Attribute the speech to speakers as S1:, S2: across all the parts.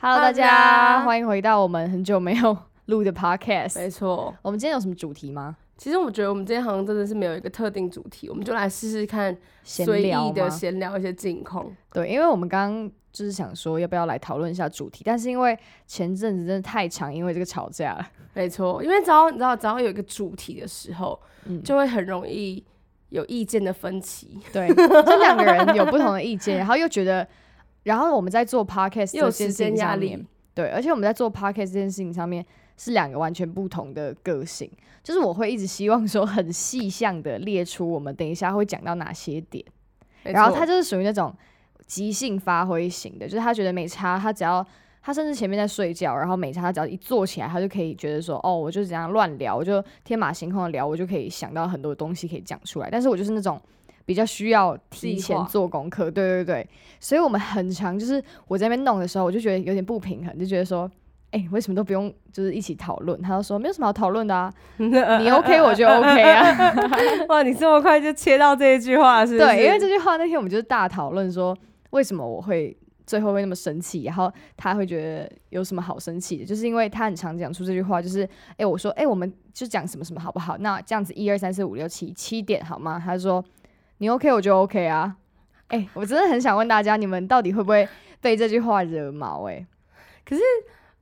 S1: Hello，大家
S2: 大家
S1: 欢迎回到我们很久没有 录的
S2: 没
S1: Podcast。
S2: 错，
S1: 我们今天有什么主题吗？
S2: 其实我觉得我们今天好像真的是没有一个特定主题，我们就来试试看
S1: 闲
S2: 随
S1: 聊
S2: 意的
S1: 吗？
S2: 闲聊一些近况。
S1: 对，因为我们刚刚就是想说要不要来讨论一下主题，但是因为前阵子真的太长，因为这个吵架 了。
S2: 没错，因为只要你知道，只要有一个主题的时候，
S1: 嗯
S2: 就会很容易有意见的分歧，
S1: 对，这两个人有不同的意见，然后又觉得，然后我们在做 Podcast
S2: 又有
S1: 这件
S2: 时
S1: 事
S2: 间
S1: 情
S2: 压
S1: 上
S2: 力
S1: 面，。对，而且我们在做 Podcast 这件事情上面是两个完全不同的个性，就是我会一直希望说很细项的列出我们等一下会讲到哪些点。
S2: 没
S1: 然后
S2: 错
S1: 他就是属于那种即兴发挥型的，就是他觉得没差，他只要他甚至前面在睡觉，然后没差，他只要一坐起来，他就可以觉得说，哦，我就这样乱聊，我就天马行空的聊，我就可以想到很多东西可以讲出来。但是我就是那种。比较需要提
S2: 计
S1: 前
S2: 划
S1: 做功课，对对对，所以我们很常就是我在那边弄的时候，我就觉得有点不平衡，就觉得说，哎、为什么都不用就是一起讨论？他就说没有什么好讨论的啊，你 OK 我就 OK 啊，
S2: 哇，你这么快就切到这一句话是不是？
S1: 对，因为这句话那天我们就是大讨论说，为什么我会最后会那么生气，然后他会觉得有什么好生气的，就是因为他很常讲出这句话，就是哎、诶我说哎、诶我们就讲什么什么好不好？那这样子一二三四五六七七点好吗？他说你 OK 我就 OK 啊。哎、我真的很想问大家，你们到底会不会被这句话惹毛、诶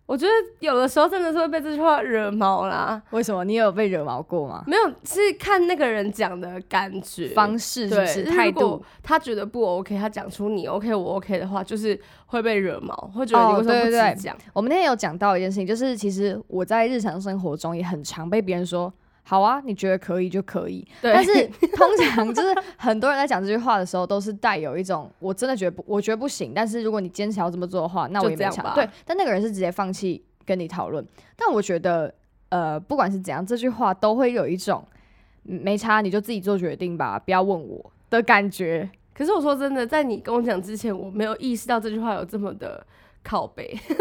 S2: 我觉得有的时候真的是会被这句话惹毛啦。
S1: 哎，为什么你有被惹毛过吗？
S2: 没有，是看那个人讲的感觉。
S1: 方式是不
S2: 对，
S1: 是
S2: 就是
S1: 态
S2: 如果
S1: 度？
S2: 他觉得不 OK，他讲出你 OK 我 OK 的话，就是会被惹毛，会觉
S1: 哦
S2: 得你为什么
S1: 对
S2: 不
S1: 对对
S2: 直讲？
S1: 我们那天有讲到一件事情，就是其实我在日常生活中也很常被别人说，好啊，你觉得可以就可以，
S2: 对
S1: 但是通常就是很多人在讲这句话的时候，都是带有一种我真的觉得不，我觉得不行。但是如果你坚持要这么做的话，那我
S2: 就
S1: 也
S2: 这
S1: 没
S2: 样
S1: 想
S2: 吧
S1: 对。但那个人是直接放弃跟你讨论。但我觉得，呃，不管是怎样，这句话都会有一种嗯没差，你就自己做决定吧，不要问我的感觉。
S2: 可是我说真的，在你跟我讲之前，我没有意识到这句话有这么的靠背。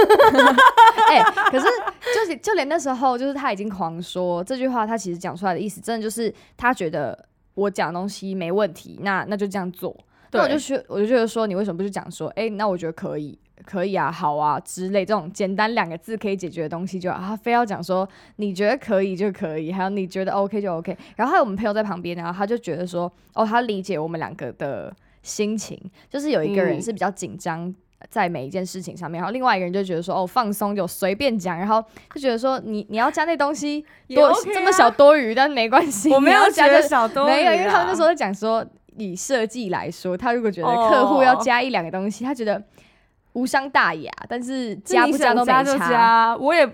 S1: 哎、可是就是就连那时候，就是他已经狂说这句话，他其实讲出来的意思，真的就是他觉得我讲的东西没问题，那那就这样做。那我就觉，我就觉得说，你为什么不去讲说，哎、那我觉得可以，可以啊，好啊之类这种简单两个字可以解决的东西就好，他非要讲说你觉得可以就可以，还有你觉得 OK 就 OK。然后还有我们朋友在旁边，然后他就觉得说，哦，他理解我们两个的心情，就是有一个人
S2: 嗯
S1: 是比较紧张。在每一件事情上面，然后另外一个人就觉得说，哦，放松就随便讲，然后就觉得说你你要加那东 西
S2: 也
S1: 多、
S2: OK 啊
S1: 这么小多余，但没关系，
S2: 我没
S1: 你
S2: 有
S1: 要
S2: 觉
S1: 加就
S2: 得小多余啦，啊
S1: 没有，因为他们那时候在讲说，以设计来说，他如果觉得客户要加一两个东西，他觉得无伤大雅，但是加
S2: 就
S1: 不
S2: 你
S1: 加
S2: 想
S1: 都没
S2: 加就
S1: 差。
S2: 加，我也。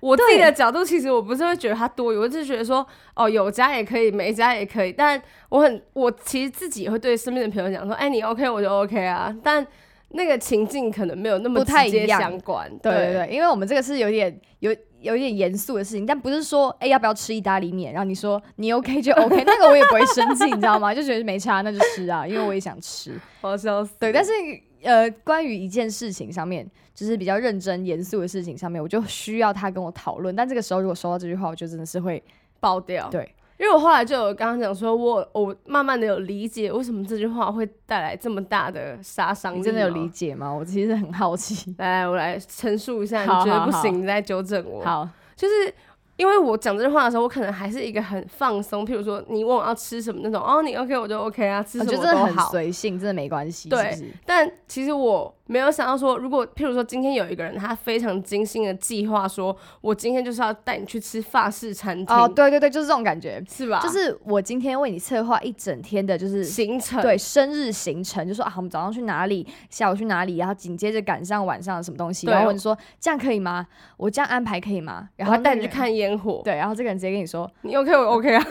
S2: 我自己
S1: 对
S2: 的角度，其实我不是会觉得它多余，我只是觉得说，哦，有加也可以，没加也可以。但我很，我其实自己也会对身边的朋友讲说，哎、你 OK 我就 OK 啊。但那个情境可能没有那么
S1: 不太
S2: 直接
S1: 一样
S2: 相关，
S1: 对对对，因为我们这个是有点有有点严肃的事情，但不是说哎、要不要吃意大利面，然后你说你 OK 就 OK，那个我也不会生气，你知道吗？就觉得没差，那就吃啊，因为我也想吃。
S2: 好笑死。
S1: 对，但是呃，关于一件事情上面，就是比较认真严肃的事情上面，我就需要他跟我讨论。但这个时候如果收到这句话，我就真的是会
S2: 爆掉。
S1: 对，
S2: 因为我后来就有刚刚讲说，我我慢慢的有理解为什么这句话会带来这么大的杀伤力。哦
S1: 你真的有理？解吗？我其实很好奇。
S2: 来来，我来陈述一下，你
S1: 好
S2: 觉得
S1: 好
S2: 不
S1: 好
S2: 行，你再纠正我。，
S1: 好，
S2: 就是因为我讲这句话的时候，我可能还是一个很放松，譬如说你问我要吃什么那种，哦，你 OK 我就 OK 啊，吃
S1: 我
S2: 什
S1: 觉
S2: 么
S1: 得真的
S2: 都
S1: 很
S2: 好。
S1: 随性，真的没关系，
S2: 对
S1: 是不是？
S2: 但其实我没有想到说，如果譬如说今天有一个人，他非常精心的计划说，我今天就是要带你去吃法式餐厅，
S1: 哦，对对对，就是这种感觉，
S2: 是吧？
S1: 就是我今天为你策划一整天的，就是
S2: 行程，
S1: 对生日行程，就说啊，我们早上去哪里，下午去哪里，然后紧接着赶上晚上的什么东西，
S2: 对哦
S1: 然后
S2: 我
S1: 问说这样可以吗？我这样安排可以吗？然
S2: 然
S1: 后那
S2: 后哦带你
S1: 个
S2: 去
S1: 人，
S2: 看烟火，
S1: 对，然后这个人直接跟你说，
S2: 你 OK 我 OK 啊，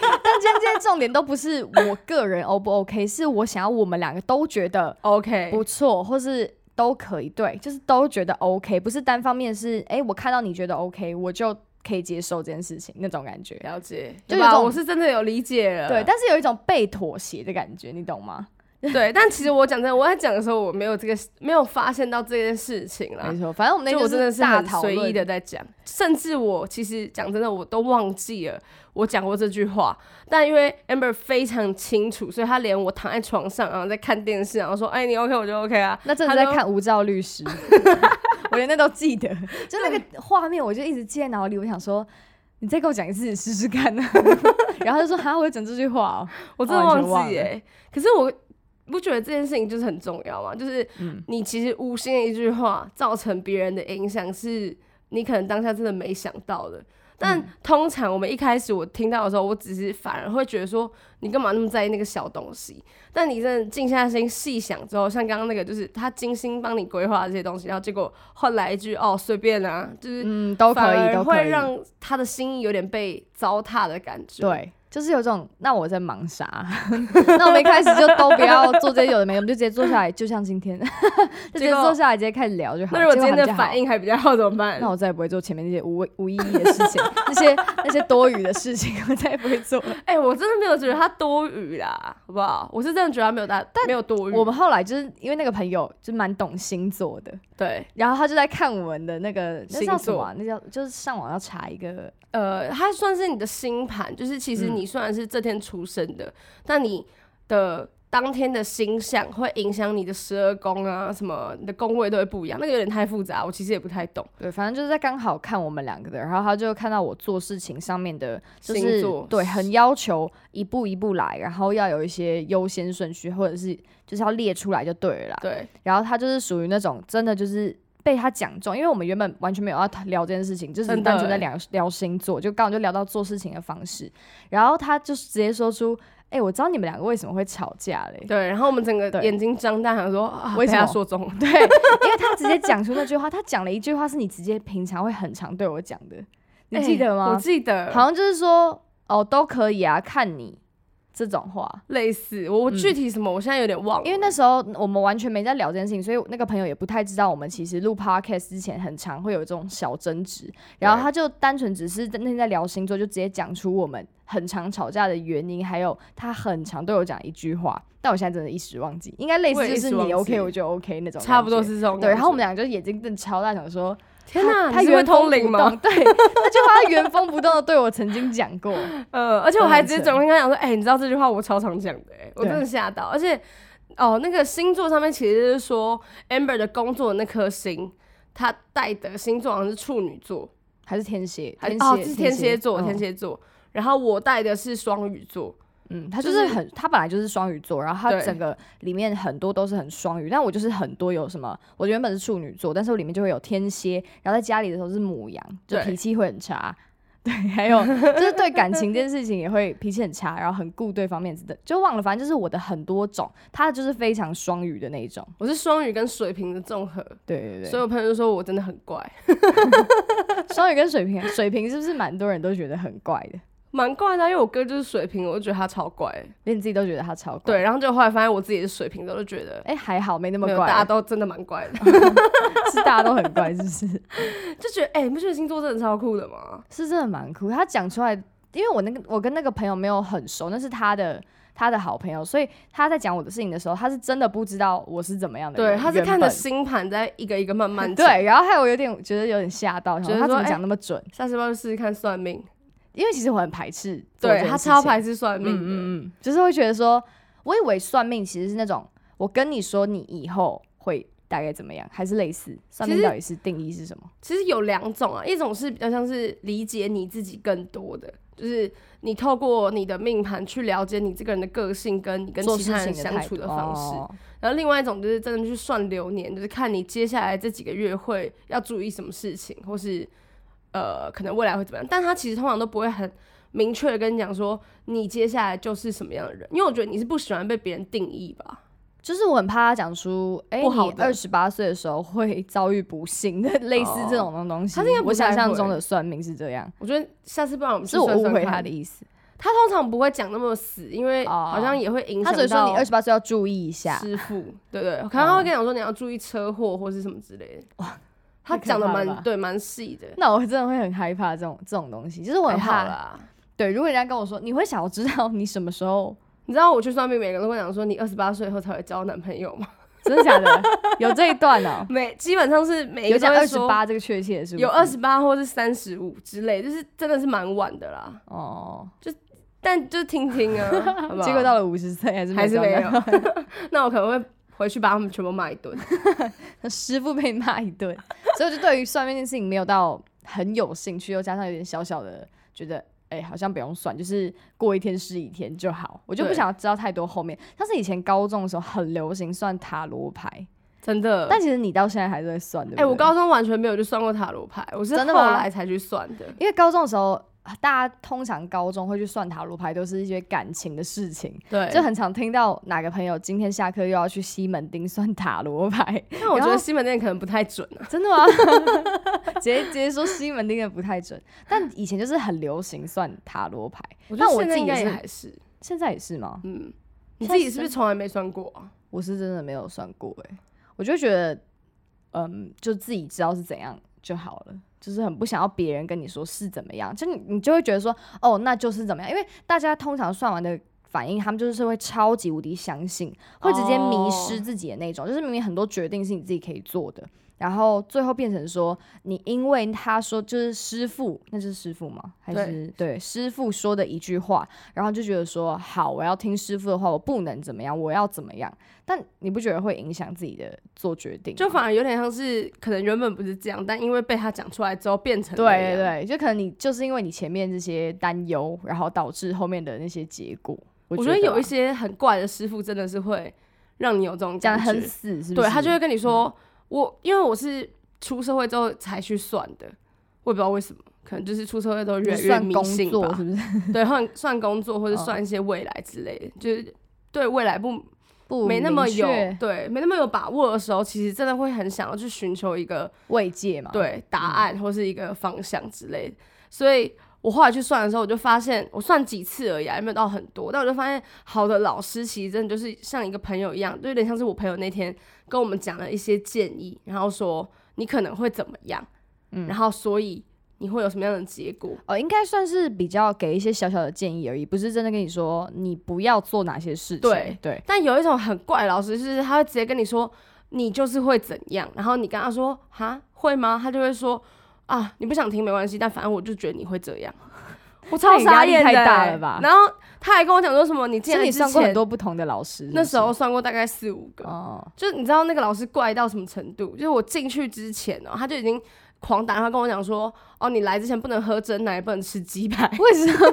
S1: 但今天今天重点都不是我个人 O 不 OK，是我想要我们两个都觉得
S2: OK，
S1: 不错，或是都可以，对，就是都觉得 OK，不是单方面是，哎、我看到你觉得 OK，我就可以接受这件事情那种感觉。
S2: 了解，
S1: 就
S2: 就
S1: 有种
S2: 吧？我是真的有理解了，
S1: 对，但是有一种被妥协的感觉，你懂吗？
S2: 对，但其实我讲真的，我在讲的时候，我没有这个没有发现到这件事情啦
S1: 没。错，反正我们那
S2: 啊就我
S1: 天
S2: 真的是
S1: 大
S2: 很
S1: 讨
S2: 随
S1: 论
S2: 意的在讲，甚至我其实讲真的，我都忘记了我讲过这句话。但因为 Amber 非常清楚，所以他连我躺在床上，然后在看电视，然后说：“哎，你 OK，我就 OK 啊。”
S1: 那真的
S2: 他
S1: 在
S2: 都
S1: 看《无照律师》， 我连那都记得，就那个画面，我就一直记在脑里。我想说，你再给我讲一次试试 看呢、然后他就说：“哈，我有讲这句话哦。
S2: 我真的
S1: 完
S2: 忘
S1: 全忘
S2: 记
S1: 了
S2: 哎、可是我不觉得这件事情就是很重要吗？就是
S1: 嗯
S2: 你其实无心的一句话造成别人的影响，是你可能当下真的没想到的。但
S1: 嗯
S2: 通常我们一开始我听到的时候，我只是反而会觉得说，你干嘛那么在意那个小东西？但你真的静下心细想之后，像刚刚那个，就是他精心帮你规划这些东西，然后结果换来一句哦随便啊，就是
S1: 嗯，都可
S2: 反
S1: 以，
S2: 而
S1: 都可
S2: 会
S1: 以。
S2: 让他的心意有点被糟蹋的感觉。
S1: 对，就是有种那我在忙啥？ 那我们一开始就都不要做这些有的没，我们就直接坐下来，就像今 天，就直接
S2: 结果
S1: 坐下来直接开始聊就好。
S2: 那如果
S1: 结
S2: 今
S1: 果还
S2: 天的
S1: 比较好
S2: 反应还比较好，怎么办？
S1: 那我再也不会做前面那些无无意义的事情，那些那些多余的事情，我再也不会做了。
S2: 哎、我真的没有觉得他多余啦，好不好？我是真的觉得他没有大，没有多余。
S1: 我们后来就是因为那个朋友就蛮懂星座的，
S2: 对，
S1: 然后他就在看我们的那个那
S2: 星
S1: 叫什么
S2: 座
S1: 啊、那叫就是上网要查一个，
S2: 呃，他算是你的星盘，就是其实
S1: 嗯
S2: 你虽然是这天出生的，但你的当天的星象会影响你的十二宫啊，什么你的宫位都会不一样，那个有点太复杂，我其实也不太懂。
S1: 对，反正就是在刚好看我们两个的，然后他就看到我做事情上面的，就
S2: 星
S1: 是
S2: 座
S1: 对，很要求一步一步来，然后要有一些优先顺序，或者是就是要列出来就对了啦。
S2: 对，
S1: 然后他就是属于那种真的就是被他讲中，因为我们原本完全没有要聊这件事情，就是
S2: 真的
S1: 单纯在
S2: 欸
S1: 聊聊星座，就刚好就聊到做事情的方式，然后他就是直接说出：“哎、我知道你们两个为什么会吵架嘞。”
S2: 对，然后我们整个
S1: 对
S2: 眼睛张大，想说啊，
S1: 为
S2: 被
S1: 什么
S2: 他说中 了？
S1: 对，因为他直接讲出那句话，他讲了一句话是你直接平常会很常对我讲的，你记得
S2: 哎我
S1: 吗？
S2: 记得，
S1: 好像就是说哦都可以啊，看你这种话。
S2: 类似我我
S1: 嗯
S2: 具体什么，我现在有点忘了，
S1: 因为那时候我们完全没在聊这件事情，所以那个朋友也不太知道我们其实录 podcast 之前很常会有这种小争执，然后他就单纯只是那天在聊星座，就直接讲出我们很常吵架的原因，还有他很常对我讲一句话，但我现在真的一时忘记，应该类
S2: 我
S1: 似
S2: 也
S1: 就
S2: 一
S1: 是
S2: 时忘
S1: 你
S2: 记
S1: OK 我就 OK 那种感觉，
S2: 差不多是这种感觉。
S1: 对，然后我们两个就眼睛瞪超大，想说
S2: 天哪，
S1: 他
S2: 你是会通灵吗？？
S1: 他原封不动 对，那句话他原封不动的对我曾经讲过，
S2: 呃，而且我还直接
S1: 都很
S2: 转过去跟他讲说，哎、你知道这句话我超常讲的、欸，我
S1: 对
S2: 真的吓到。而且，哦，那个星座上面其实是说 Amber 的工作的那颗星，他带的星座好像是处女座，
S1: 还是天蝎，
S2: 还
S1: 天
S2: 哦
S1: 蝎，
S2: 是天蝎座，天，
S1: 嗯
S2: 蝎座。然后我带的是双鱼座，
S1: 嗯，他就
S2: 就是
S1: 是很，他本来就是双鱼座，然后他
S2: 对
S1: 整个里面很多都是很双鱼，但我就是很多有什么，我原本是处女座，但是我里面就会有天蝎，然后在家里的时候是母羊，就
S2: 对
S1: 脾气会很差。 对，还 有就是对感情这件事情也会脾气很差，然后很顾对方面子的，就忘了。反正就是我的很多种，他就是非常双鱼的那一种。
S2: 我是双鱼跟水瓶的综合，
S1: 对对对，
S2: 所以我朋友就说我真的很怪，
S1: 双鱼跟水瓶，水瓶是不是蛮多人都觉得很怪的？
S2: 蛮怪的啊、因为我哥就是水瓶，我就觉得他超怪欸。
S1: 连你自己都觉得他超怪。
S2: 对，，然后就后来发现我自己也是水瓶座，就觉得。
S1: 哎、还好没那么
S2: 没有，
S1: 怪，啊
S2: 大家都真的蛮怪的，
S1: 是大家都很怪，是不是？
S2: 就觉得哎、你不觉得星座真的超酷的吗？
S1: 是真的蛮酷。他讲出来，因为我那个我跟那个朋友没有很熟，那是他的他的好朋友，所以他在讲我的事情的时候，他是真的不知道我是怎么样的
S2: 对，
S1: 人。
S2: 他是看
S1: 的
S2: 着星盘在一个一个慢慢讲。
S1: 对，然后还有我有点觉得有点吓到，想
S2: 觉
S1: 说
S2: 得
S1: 他
S2: 说
S1: 怎么
S2: 哎
S1: 讲那么准？
S2: 下次要不要去试试看算命？
S1: 因为其实我很排斥做这
S2: 对
S1: 件
S2: 他
S1: 事情，
S2: 超排斥算
S1: 嗯
S2: 命的，
S1: 嗯嗯，就是会觉得说，我以为算命其实是那种，我跟你说你以后会大概怎么样，还是类似算命
S2: 其实
S1: 到底是定义是什么？
S2: 其实有两种啊，一种是比较像是理解你自己更多的，就是你透过你的命盘去了解你这个人的个性，跟你跟
S1: 做
S2: 其
S1: 事
S2: 他人
S1: 情
S2: 相
S1: 态
S2: 处
S1: 度
S2: 的方式。
S1: 哦
S2: 然后另外一种就是真的去算流年，就是看你接下来这几个月会要注意什么事情，或是呃可能未来会怎么样。但他其实通常都不会很明确的跟你讲说你接下来就是什么样的人，因为我觉得你是不喜欢被别人定义吧。
S1: 就是我很怕他讲出，哎、
S2: 不好
S1: 你
S2: 的
S1: 二十八岁的时候会遭遇不幸 的，类似这种东西。
S2: 他应该不
S1: 我想
S2: 太
S1: 象
S2: 会
S1: 中的算命是这样，
S2: 我觉得下次不然我们去
S1: 是我
S2: 算
S1: 误
S2: 算
S1: 会
S2: 看
S1: 他的。意思。
S2: 他通常不会讲那么死，因为
S1: 哦
S2: 好像也会影
S1: 他
S2: 响
S1: 只是说
S2: 到
S1: 你二十八岁要注意一下，
S2: 师傅，对对，
S1: 哦
S2: 可能他会跟你讲说你要注意车祸或是什么之类的。他讲的
S1: 太可怕了吧
S2: 蛮对蛮细的，
S1: 那我真的会很害怕这种这种东西。就是我
S2: 还
S1: 很
S2: 好
S1: 怕，
S2: 啦。
S1: 对，如果人家跟我说你会想要知道你什么时候
S2: 你知道我去算命，每个人都会讲说你二十八岁以后才会交男朋 友吗？
S1: 真的假的？有这一段哦、
S2: 每基本上是每一
S1: 有
S2: 个都
S1: 讲
S2: 会
S1: 二十
S2: 说
S1: 八这个确切是不是？
S2: 有二十八或是三十五之类，就是真的是蛮晚的啦。
S1: 哦，
S2: 但就听听 啊，好不好
S1: 结果到了五十岁还是
S2: 还是没
S1: 交
S2: 有
S1: 男，
S2: 那我可能会回去把他们全部骂一顿。
S1: 师傅被骂一顿，所以我就对于算命这件事情没有到很有兴趣，又加上有点小小的觉得，哎、好像不用算，就是过一天是一天就好，我就不
S2: 对
S1: 想要知道太多后面。但是以前高中的时候很流行算塔罗牌，
S2: 真 的，
S1: 但其实你到现在还是在算的。
S2: 呃哎、我高中完全没有去算过塔罗牌，我是
S1: 真的
S2: 后
S1: 吗
S2: 来才去算的。
S1: 因为高中的时候，大家通常高中会去算塔罗牌，都是一些感情的事情。
S2: 对，
S1: 就很常听到哪个朋友今天下课又要去西门町算塔罗牌，
S2: 但我觉
S1: 然
S2: 得
S1: 后
S2: 西门店可能不太准啊。
S1: 真的吗？ 直接直接说西门町的不太准，但以前就是很流行算塔罗牌，
S2: 我觉
S1: 那
S2: 得
S1: 我
S2: 现在
S1: 自己
S2: 应
S1: 也
S2: 该也
S1: 是
S2: 还是，
S1: 现在也是吗？
S2: 嗯，你
S1: 现在
S2: 自己
S1: 是
S2: 是不是从来没算过啊、
S1: 我是真的没有算过哎、我就觉得，嗯，就自己知道是怎样就好了，就是很不想要别人跟你说是怎么样，就你你就会觉得说，哦，那就是怎么样，因为大家通常算完的。反应，他们就是会超级无敌相信，会直接迷失
S2: 哦
S1: 自己的那种就是明明很多决定是你自己可以做的，然后最后变成说，你因为他说就是师傅，那就是师傅吗？还
S2: 对
S1: 是对师傅说的一句话，然后就觉得说好，我要听师傅的话，我不能怎么样，我要怎么样？但你不觉得会影响自己的做决定吗？
S2: 就反而有点像是可能原本不是这样，但因为被他讲出来之后变成那
S1: 对
S2: 样，
S1: 对，就可能你就是因为你前面这些担忧，然后导致后面的那些结果。我
S2: 我
S1: 觉啊
S2: 觉得有一
S1: 啦
S2: 些很怪的师傅真的是会让你有这种
S1: 讲
S2: 感
S1: 得
S2: 觉，
S1: 很死，嗯是不是？
S2: 对他就会跟你说，我因为我是出社会之后才去算的，我也不知道为什么，可能就是出社会之后越来
S1: 就嗯
S2: 越
S1: 算
S2: 迷
S1: 工
S2: 信
S1: 作
S2: 吧
S1: 是，不 是？
S2: 对，算算工作或者
S1: 嗯
S2: 算一些未来之类的，就是对未来不
S1: 不
S2: 没那么
S1: 明
S2: 有
S1: 确
S2: 对没那么有把握的时候，其实真的会很想要去寻求一个
S1: 慰藉嘛？，
S2: 对答案或是一个方向之类的。所以我后来去算的时候，我就发现我算几次而已、啊，还没有到很多，但我就发现好的老师其实真的就是像一个朋友一样，就有点像是我朋友那天跟我们讲了一些建议，然后说你可能会怎么样，
S1: 嗯
S2: 然后所以你会有什么样的结果。
S1: 哦，应该算是比较给一些小小的建议而已，不是真的跟你说你不要做哪些事情。
S2: 对
S1: 对，
S2: 但有一种很怪的老师，就是他会直接跟你说你就是会怎样，然后你跟他说哈会吗？他就会说啊你不想听没关系，但反正我就觉得你会这 样。我超
S1: 那你压
S2: 傻
S1: 力
S2: 眼的、
S1: 太大
S2: 欸
S1: 了吧
S2: 然后他还跟我讲说什么，你进
S1: 是
S2: 来
S1: 你
S2: 之
S1: 上过很
S2: 前
S1: 多不同的老师，
S2: 那
S1: 是不
S2: 时候算过大概四五
S1: 是
S2: 个，
S1: 哦，
S2: 就是你知道那个老师怪到什么程度？就是我进去之前哦、他就已经狂打电话跟我讲说，哦你来之前不能喝真奶，不能吃鸡排，
S1: 为什么？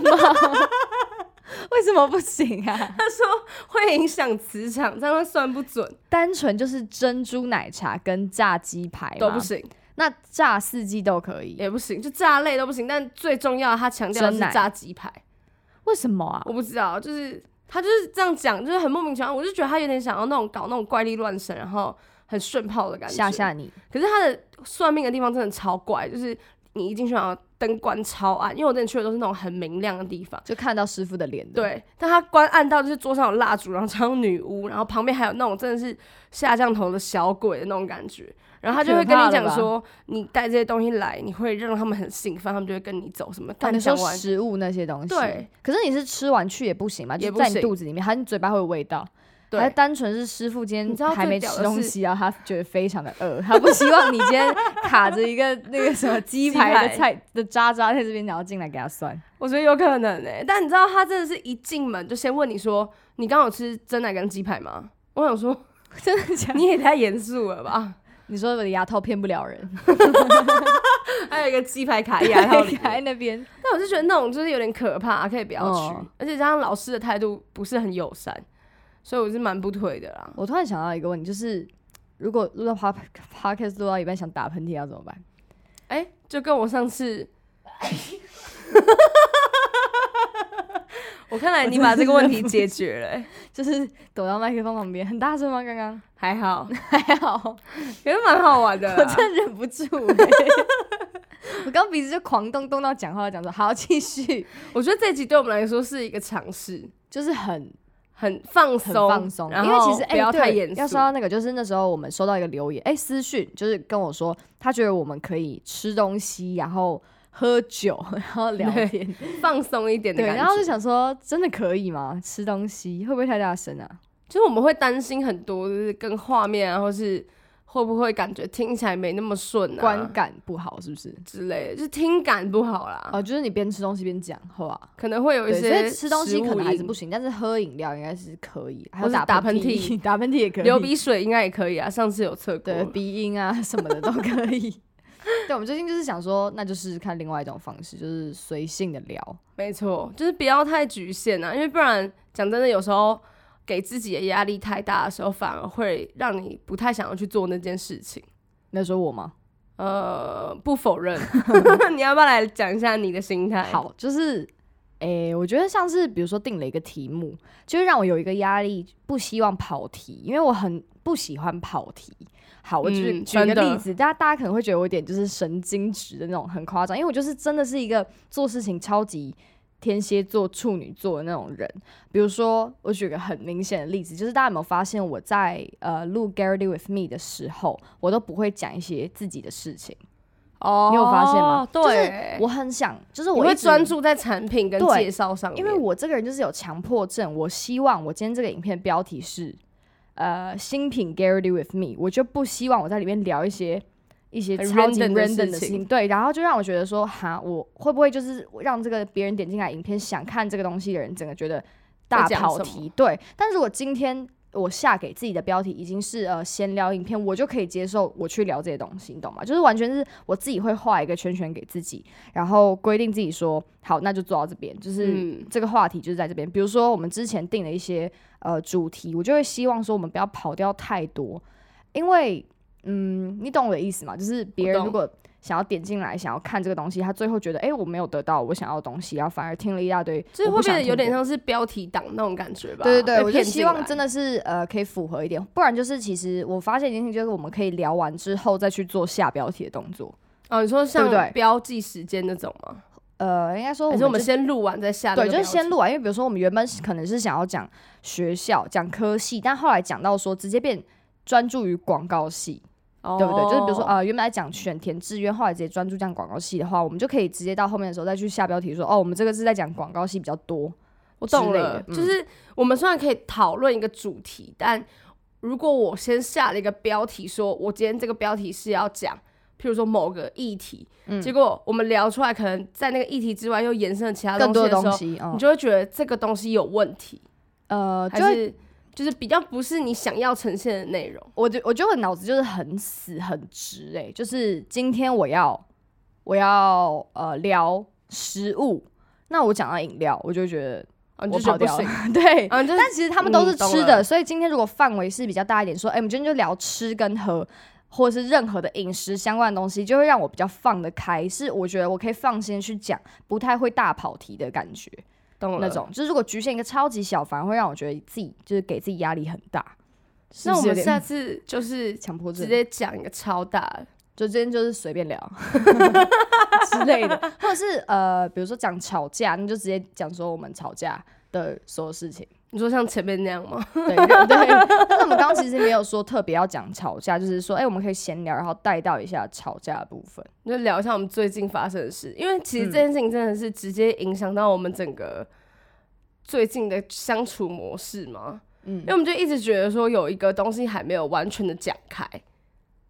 S1: 为什么不行啊？
S2: 他说会影响磁场，这样会算不准
S1: 单纯就是珍珠奶茶跟炸鸡排
S2: 都
S1: 吗
S2: 不，行。
S1: 那炸四季豆可以？
S2: 也不行，就炸类都不行。但最重要的，他强调的是
S1: 真奶
S2: 炸鸡排，
S1: 为什么啊？
S2: 我不知道，就是他就是这样讲，就是很莫名其妙。我就觉得他有点想要那种搞那种怪力乱神，然后很炫炮的感觉。
S1: 吓吓你！
S2: 可是他的算命的地方真的超怪，就是你一进去然后灯关超暗，因为我之前去的都是那种很明亮的地方。
S1: 就看到师傅的脸，，
S2: 对，但他关暗到就是桌上有蜡烛，然后超像女巫，然后旁边还有那种真的是下降头的小鬼的那种感觉。然后他就会跟
S1: 太可怕
S2: 你
S1: 了
S2: 讲
S1: 吧
S2: 说，你带这些东西来，你会让他们很兴奋，他们就会跟你走什么。
S1: 哦
S2: 但
S1: 你说
S2: 讲完
S1: 食物那些东西，
S2: 对。
S1: 可是你是吃完去也不行嘛，就
S2: 也
S1: 是
S2: 不
S1: 在你
S2: 行
S1: 肚子里面，还是你嘴巴会有味道，还是
S2: 对，
S1: 单纯是师傅今
S2: 你知
S1: 天
S2: 道最
S1: 还没
S2: 屌
S1: 吃
S2: 的
S1: 东
S2: 是
S1: 西啊，他觉得非常的饿，他不希望你今天卡着一个那个什么鸡
S2: 鸡
S1: 排的
S2: 排
S1: 菜的渣渣在这边，然后进来给他算。
S2: 我觉得有可能哎、但你知道他真的是一进门就先问你说，你刚好吃真奶跟鸡排吗？我想说，
S1: 真的假的？
S2: 你也太严肃了吧？
S1: 你说我的牙套骗不了人，
S2: 还有一个鸡排卡牙 套里 面，
S1: 还在那边
S2: 但我是觉得那种就是有点可怕，可以不要去，
S1: 哦
S2: 而且加上老师的态度不是很友善，所以我是蛮不推的啦。
S1: 我突然想到一个问题，就是如果录到 pod podcast 录到一半想打喷嚏要怎么办？
S2: 哎、就跟我 上次，我看来你把这个问题解决了、欸，
S1: 就是躲到麦克风旁边，很大声吗？刚 刚
S2: 还好，
S1: 还好，
S2: 也是蛮好玩的啊
S1: 我
S2: 啦。
S1: 真忍不住、欸。 我刚鼻子就狂动，动到讲话讲说好继续，
S2: 我觉得这集对我们来说是一个尝试，
S1: 就是很
S2: 很放
S1: 很
S2: 松，
S1: 放松，
S2: 然
S1: 因为
S2: 后
S1: 其实哎、
S2: 不要
S1: 对
S2: 太严
S1: 要
S2: 肃
S1: 说。到那个，就是那时候我们收到一个留言，哎、私讯就是跟我说，他觉得我们可以吃东西，然后喝酒，然后聊
S2: 对
S1: 天，
S2: 放松一点的
S1: 对，
S2: 感觉。
S1: 然后就想说，真的可以吗？吃东西会不会太大声啊？
S2: 就是我们会担心很多，就是跟画面啊，或是会不会感觉听起来没那么嗯顺啊，
S1: 观感不好是不是？
S2: 之类的，就是听感不好啦，
S1: 哦，就是你边吃东西边讲话，啊
S2: 可能会有一
S1: 对，所
S2: 些
S1: 以吃东西可能还是不行，
S2: 行，
S1: 但是喝饮料应该是可以，还有
S2: 或是
S1: 打
S2: 打
S1: 喷
S2: 喷嚏
S1: 打喷嚏也可以，
S2: 流鼻水应该也可以啊，上次有测过
S1: 对，鼻音啊什么的都可以。 对，我们最近就是想说，那就是看另外一种方式，就是随性的聊。
S2: 没错，就是不要太局限啊，因为不然讲真的，有时候给自己的压力太大的时候，反而会让你不太想要去做那件事情。
S1: 那说我吗？
S2: 呃，不否认， 你要不要来讲一下你的心态？，
S1: 好，就是，诶、我觉得像是比如说定了一个题目，就会让我有一个压力，不希望跑题，因为我很不喜欢跑题。好，我举、
S2: 嗯
S1: 举一个
S2: 真的
S1: 例子，大家大家可能会觉得我有点就是神经质的那种，很夸张，因为我就是真的是一个做事情超级天蝎座、处女座的那种人。比如说，我举个很明显的例子，就是大家有没有发现我在呃录《Garrity with Me》的时候，我都不会讲一些自己的事情，
S2: 哦
S1: 你有发现吗？
S2: 对，
S1: 就是我很想，就是
S2: 我
S1: 我
S2: 会
S1: 一直
S2: 专注在产品跟
S1: 对
S2: 介绍上面，
S1: 因为我这个人就是有强迫症，我希望我今天这个影片标题是呃新品 Garrity with me，我就不希望我在里面聊一些一些
S2: 很
S1: 超级
S2: random 的事
S1: random 的事情，
S2: 情
S1: 对，然后就让我觉得说哈，我会不会就是让这个别人点进来影片想看这个东西的人，整个觉得大
S2: 在讲
S1: 跑
S2: 什
S1: 题，对，但是我今天。我下给自己的标题已经是呃闲聊影片，我就可以接受我去聊这些东西，你懂吗？就是完全是我自己会画一个圈圈给自己，然后规定自己说好，那就做到这边，就是
S2: 嗯
S1: 这个话题就是在这边。比如说我们之前定了一些呃主题，我就会希望说我们不要跑掉太多，因为嗯，你懂我的意思吗？就是别
S2: 我
S1: 人
S2: 懂
S1: 如果想要点进来，想要看这个东西，他最后觉得哎、诶我没有得到我想要的东西，然后反而听了一大堆，
S2: 就是
S1: 我
S2: 会
S1: 不想
S2: 变得
S1: 听
S2: 有点
S1: 的。
S2: 像是标题党那种感觉吧。
S1: 对对对，
S2: 被
S1: 我就
S2: 骗
S1: 希
S2: 进
S1: 望
S2: 来
S1: 真的是呃可以符合一点，不然就是其实我发现一件事情，就是我们可以聊完之后再去做下标题的动作。
S2: 哦，你说
S1: 对不对
S2: 像标记时间那种吗？
S1: 呃，应该说
S2: 还
S1: 我
S2: 是我
S1: 们
S2: 们
S1: 就
S2: 先录完再下那
S1: 对，
S2: 个标
S1: 就
S2: 记？
S1: 是先录完，因为比如说我们原本是可能是想要讲学校、讲科系，但后来讲到说直接变专注于广告系，
S2: 哦，
S1: 对不对？就是比如说呃，原本来讲选填志愿，后来直接专注讲广告系的话，我们就可以直接到后面的时候再去下标题说，哦，我们这个是在讲广告系比较多。
S2: 我
S1: 之
S2: 懂
S1: 类
S2: 了
S1: 的，嗯
S2: 就是我们虽然可以讨论一个主题，但如果我先下了一个标题，说我今天这个标题是要讲，譬如说某个议题，
S1: 嗯
S2: 结果我们聊出来，可能在那个议题之外又延伸了其他
S1: 更多
S2: 的
S1: 的
S2: 时候，
S1: 东西，嗯
S2: 你，就会觉得这个东西有问题，
S1: 呃，就
S2: 还
S1: 会
S2: 是就是比较不是你想要呈现的内容。
S1: 我觉我觉得我脑子就是很死很直哎、就是今天我要我要呃聊食物，那我讲到饮料，我就会觉得
S2: 啊，你
S1: 我
S2: 就觉
S1: 跑
S2: 得不
S1: 掉
S2: 行，
S1: 了， 对，
S2: 啊，就是
S1: 但其实他们都是
S2: 嗯懂
S1: 吃
S2: 了
S1: 的，所以今天如果范围是比较大一点，说，哎、我们今天就聊吃跟喝，或者是任何的饮食相关的东西，就会让我比较放得开，是我觉得我可以放心去讲，不太会大跑题的感觉。
S2: 懂了
S1: 那种就是如果局限一个超级小，反而会让我觉得自己就是给自己压力很大。是
S2: 那
S1: 不
S2: 我
S1: 是有点
S2: 们下次就 是
S1: 强迫症
S2: 直，接讲一个超大的，
S1: 就今天就是随便 聊之类的，或者是呃，比如说讲吵架，你就直接讲说我们吵架的所有事情。
S2: 你说像前面那样吗？
S1: 对对，但是我们刚刚其实没有说特别要讲吵架，就是说，哎、我们可以闲聊，然后带到一下吵架的部分。
S2: 就聊一下我们最近发生的事，因为其
S1: 嗯
S2: 实这件事情真的是直接影响到我们整个最近的相处模式嘛。
S1: 嗯
S2: 因为我们就一直觉得说有一个东西还没有完全的讲开，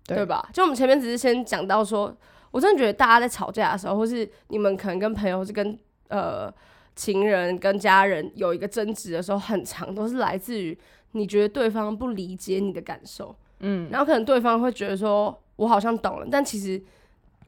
S1: 对
S2: 对吧？就我们前面只是先讲到说，我真的觉得大家在吵架的时候，或是你们可能跟朋友或是跟呃情人、跟家人有一个争执的时候，很长都是来自于你觉得对方不理解你的感受，
S1: 嗯，
S2: 然后可能对方会觉得说我好像懂了，但其实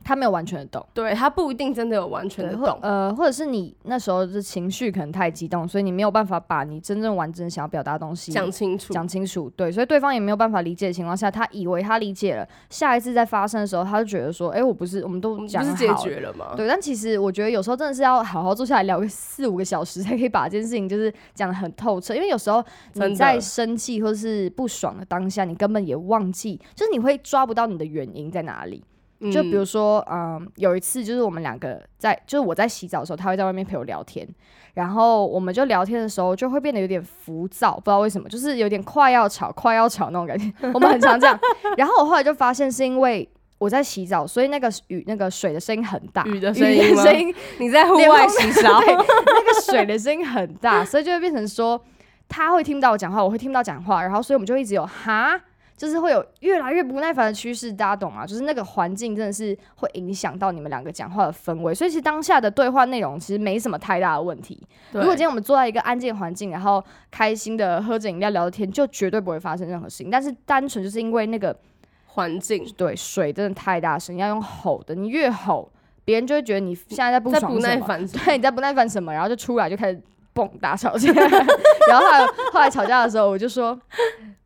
S1: 他没有完全的懂，
S2: 对他不一定真的有完全
S1: 对，
S2: 的
S1: 或
S2: 懂。
S1: 呃，或者是你那时候的情绪可能太激动，所以你没有办法把你真正完整想要表达的东西
S2: 讲清楚，
S1: 讲清楚。对，所以对方也没有办法理解的情况下，他以为他理解了，下一次再发生的时候，他就觉得说，哎、我不是，我们
S2: 我
S1: 都
S2: 们
S1: 讲
S2: 不
S1: 好
S2: 是
S1: 了
S2: 解决了吗？
S1: 对，但其实我觉得有时候真的是要好好坐下来聊个四五个小时，才可以把这件事情就是讲的很透彻。因为有时候
S2: 真
S1: 你
S2: 的
S1: 在生气或是不爽的当下，你根本也忘记，就是你会抓不到你的原因在哪里。
S2: 嗯
S1: 就比如说，嗯，有一次就是我们两个在，就是我在洗澡的时候，他会在外面陪我聊天，然后我们就聊天的时候就会变得有点浮躁，不知道为什么， 就是有点快要吵、快要吵那种感觉，我们很常这样。然后我后来就发现是因为。我在洗澡，所以那个雨那个水的声音很大，
S2: 雨的声音吗
S1: 声音
S2: 你在户外洗澡，
S1: 对，那个水的声音很大，所以就会变成说他会听不到我讲话，我会听不到讲话，然后所以我们就一直有哈，就是会有越来越不耐烦的趋势，大家懂吗？就是那个环境真的是会影响到你们两个讲话的氛围，所以其实当下的对话内容其实没什么太大的问题。
S2: 对
S1: 如果今天我们坐在一个安静的环境，然后开心的喝着饮料聊着天，就绝对不会发生任何事情。但是单纯就是因为那个
S2: 环境
S1: 对水真的太大声，要用吼的，你越吼，别人就会觉得你现在在不
S2: 在
S1: 爽
S2: 不
S1: 什
S2: 耐
S1: 么
S2: 烦什 么，
S1: 对，你在不耐烦什么，然后就出来就开始蹦打吵架， 然后后来后来吵架的时候，我就说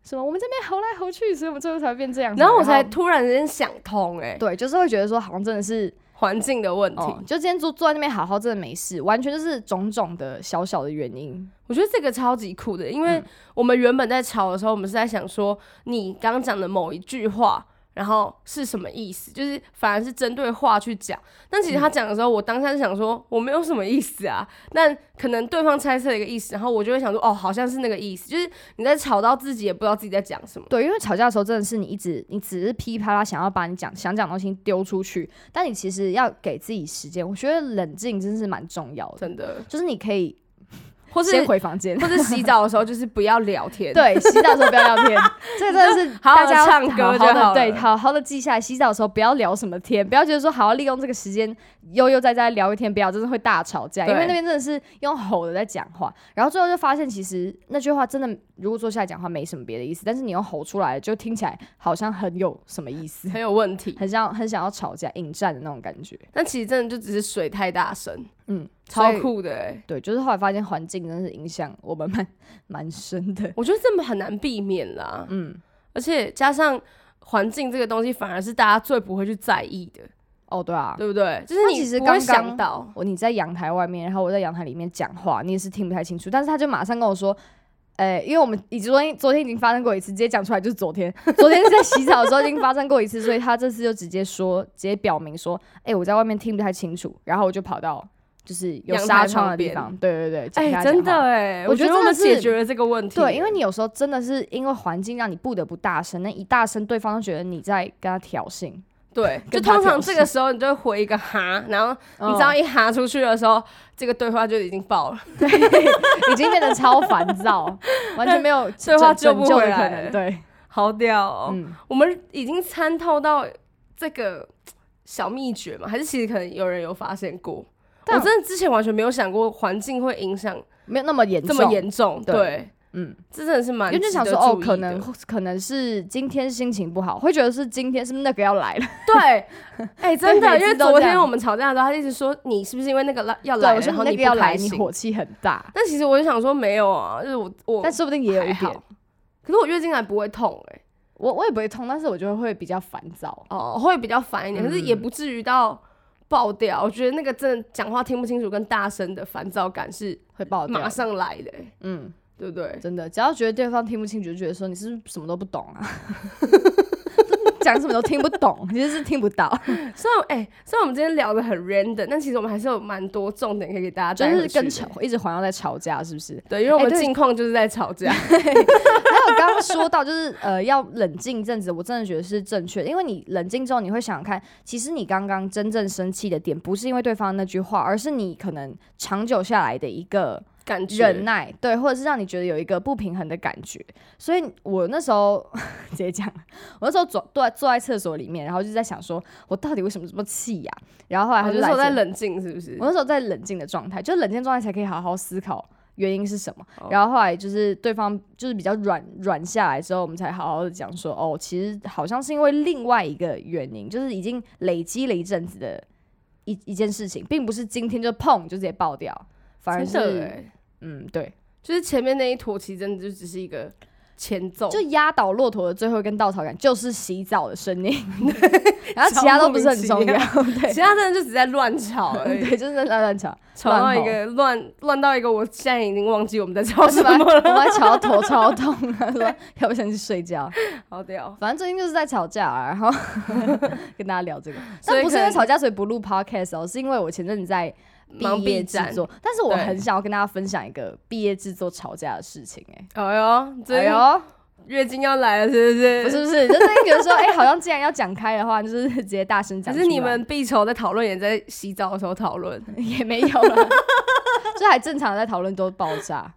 S1: 什么我们这边吼来吼去，所以我们最后才会变这样子。
S2: 然后我才突然间想通、哎，
S1: 对，就是会觉得说好像真的是
S2: 环境的问题。
S1: 哦，就今天坐坐在那边好好，真的没事，完全就是种种的小小的原因。
S2: 我觉得这个超级酷的，因为我们原本在吵的时候，我们是在想说你刚刚讲的某一句话，然后是什么意思，就是反而是针对话去讲。但其实他讲的时候，我当下是想说我没有什么意思啊，但可能对方猜测一个意思，然后我就会想说哦，好像是那个意思，就是你在吵到自己也不知道自己在讲什么。
S1: 对，因为吵架的时候真的是你一直你只是噼里啪啦想要把你讲想讲的东西丢出去，但你其实要给自己时间。我觉得冷静真是蛮重要的，
S2: 真的，
S1: 就是你可以
S2: 或是
S1: 先回房间。
S2: 或是洗澡的时候，就是不要聊天。，
S1: 对，洗澡的时候不要聊 天，这个真的是
S2: 好好
S1: 大家要
S2: 唱歌
S1: 好
S2: 就
S1: 好的，
S2: 好
S1: 对，
S2: 了
S1: 好好的记下来。洗澡的时候不要聊什么天，不要觉得说好好利用这个时间悠悠哉哉聊一天，不要，真的会大吵架，因为
S2: 对
S1: 那边真的是用吼的在讲话，然后最后就发现其实那句话真的如果坐下来讲话没什么别的意思，但是你用吼出来就听起来好像很有什么意思，
S2: 很有问题。
S1: 很像很想要吵架引战的那种感觉，
S2: 但其实真的就只是水太大声，
S1: 嗯，
S2: 超
S1: 所以。
S2: 酷的、欸。
S1: 对，就是后来发现环境真的是影响我们蛮蛮深的，
S2: 我觉得这么很难避免啦。
S1: 嗯。
S2: 而且加上环境这个东西，反而是大家最不会去在意的，
S1: 哦，对啊，
S2: 对不对？就是
S1: 那
S2: 你
S1: 其实
S2: 不会
S1: 刚刚
S2: 想到，
S1: 我你在阳台外面，然后我在阳台里面讲话，你也是听不太清楚。但是他就马上跟我说，呃，因为我们已经昨天昨天已经发生过一次，直接讲出来就是昨天， 昨天是在洗澡的时候已经发生过一次，所以他这次就直接说，直接表明说，哎、我在外面听不太清楚，然后我就跑到就是有
S2: 阳台
S1: 纱窗的
S2: 旁
S1: 地
S2: 边
S1: 方，对对对，讲
S2: 哎、
S1: 跟他
S2: 真
S1: 讲
S2: 的
S1: 话。
S2: 哎、
S1: 我觉得
S2: 我
S1: 真
S2: 们
S1: 的
S2: 解
S1: 是
S2: 决了这个问题。
S1: 对，因为你有时候真的是因为环境让你不得不大声，那一大声对方就觉得你在跟他挑衅。
S2: 对，就
S1: 跟他
S2: 通
S1: 调
S2: 常这
S1: 试
S2: 个时候你就会回一个哈，然后你
S1: 嗯
S2: 只要一哈出去的时候，这个对话就已经爆了。
S1: 嗯已经变得超烦 躁，完全没有
S2: 对话
S1: 拯
S2: 救不
S1: 拯救
S2: 回
S1: 的
S2: 来
S1: 可
S2: 了
S1: 能。对，
S2: 好屌、哦
S1: 嗯，
S2: 我们已经参透到这个小秘诀嘛？还是其实可能有人有发现过？我
S1: 但
S2: 真的之前完全没有想过环境会影响
S1: 没有那么严
S2: 这
S1: 重，
S2: 么严重，
S1: 对
S2: 对，
S1: 嗯，
S2: 这真的是蛮
S1: 因为就
S2: 值
S1: 想
S2: 得
S1: 说哦，
S2: 注意
S1: 可
S2: 的
S1: 能可能是今天心情不好，会觉得是今天是不是那个要来了？
S2: 对，哎、真的，
S1: 每
S2: 因为
S1: 次都这
S2: 昨天
S1: 样
S2: 我们吵架的时候，他一直说你是不是因为那个来要
S1: 对，
S2: 来了，
S1: 我说
S2: 然后
S1: 那
S2: 你
S1: 个要
S2: 不
S1: 来，
S2: 开
S1: 你
S2: 心。
S1: 火气很大，
S2: 但其实我就想说没有啊，就是我我，
S1: 但说不定也有一
S2: 还好
S1: 点。
S2: 可是我月经来不会痛哎、
S1: 我我也不会痛，但是我觉得会比较烦躁。
S2: 哦，会比较烦
S1: 嗯
S2: 一点，可是也不至于到爆掉。我觉得那个真的讲话听不清楚跟大声的烦躁感是
S1: 会爆掉
S2: 马，上来的欸、
S1: 嗯，
S2: 对不对？
S1: 真的，只要觉得对方听不清楚，就觉得说你是不是什么都不懂啊， 讲什么都听不懂，其实是听不 到，
S2: 虽然哎、虽然我们今天聊的很 random，但其实我们还是有蛮多重点可以给大家
S1: 就
S2: 带
S1: 是
S2: 回去
S1: 跟
S2: 的
S1: 吵一直环绕在吵架，是不是？
S2: 对，因为我
S1: 哎
S2: 们
S1: 对
S2: 近况就是在 吵架，
S1: 还有刚刚说到，就是呃，要冷静一阵子，我真的觉得是正确的，因为你冷静之后，你会想想看，其实你刚刚真正生气的点，不是因为对方那句话，而是你可能长久下来的一个
S2: 感觉
S1: 忍耐，对，或者是让你觉得有一个不平衡的感觉。所以我那时候 直接讲，我那时候坐坐在坐在厕所里面，然后就在想说，我到底为什么这么气呀、然后后来他
S2: 我
S1: 就
S2: 哦就
S1: 来
S2: 说在
S1: 接
S2: 冷静，是不是
S1: 我？那时候在冷静的状态，就是冷静状态才可以好好思考原因是什么。
S2: 哦
S1: 然后后来就是对方就是比较软软下来之后，我们才好好的讲说，哦，其实好像是因为另外一个原因，就是已经累积了一阵子的一一件事情，并不是今天就碰就直接爆掉，反而
S2: 真的
S1: 是
S2: 欸
S1: 嗯对，
S2: 就是前面那一坨其实真的就只是一个前奏，
S1: 就压倒骆驼的最后一根稻草杆就是洗澡的声 音，然后其他都不是很重要，对
S2: 其他真的就只在乱吵而已，
S1: 对，就是在乱乱吵。
S2: 吵到
S1: 乱
S2: 一
S1: 吼
S2: 个乱乱到一个，我现在已经忘记我们 在 吵什
S1: 是吧？
S2: 么
S1: 我
S2: 了，
S1: 还吵到头超痛啊，说 要不想去睡觉。
S2: 好屌。
S1: 反正最近就是在吵架、啊，然后 跟大家聊 这个。
S2: 所以
S1: 但不是
S2: 可
S1: 因
S2: 能
S1: 为吵架所以不录 podcast 哦，是因为我前阵子在
S2: 忙
S1: 毕
S2: 毕
S1: 业制
S2: 展，
S1: 作，但是我
S2: 对
S1: 很想要跟大家分享一个毕业制作吵架的事情、欸。
S2: 哎呦，
S1: 哎，
S2: 这
S1: 呦，
S2: 月经要来了，是不是？
S1: 不是不是，就是觉得说，哎、好像既然要讲开的话，就是直接大声
S2: 可
S1: 讲出来。
S2: 是 你们必筹在讨论，也在洗澡的时候讨论。
S1: 也没有了， 这还正常地在讨论都爆炸。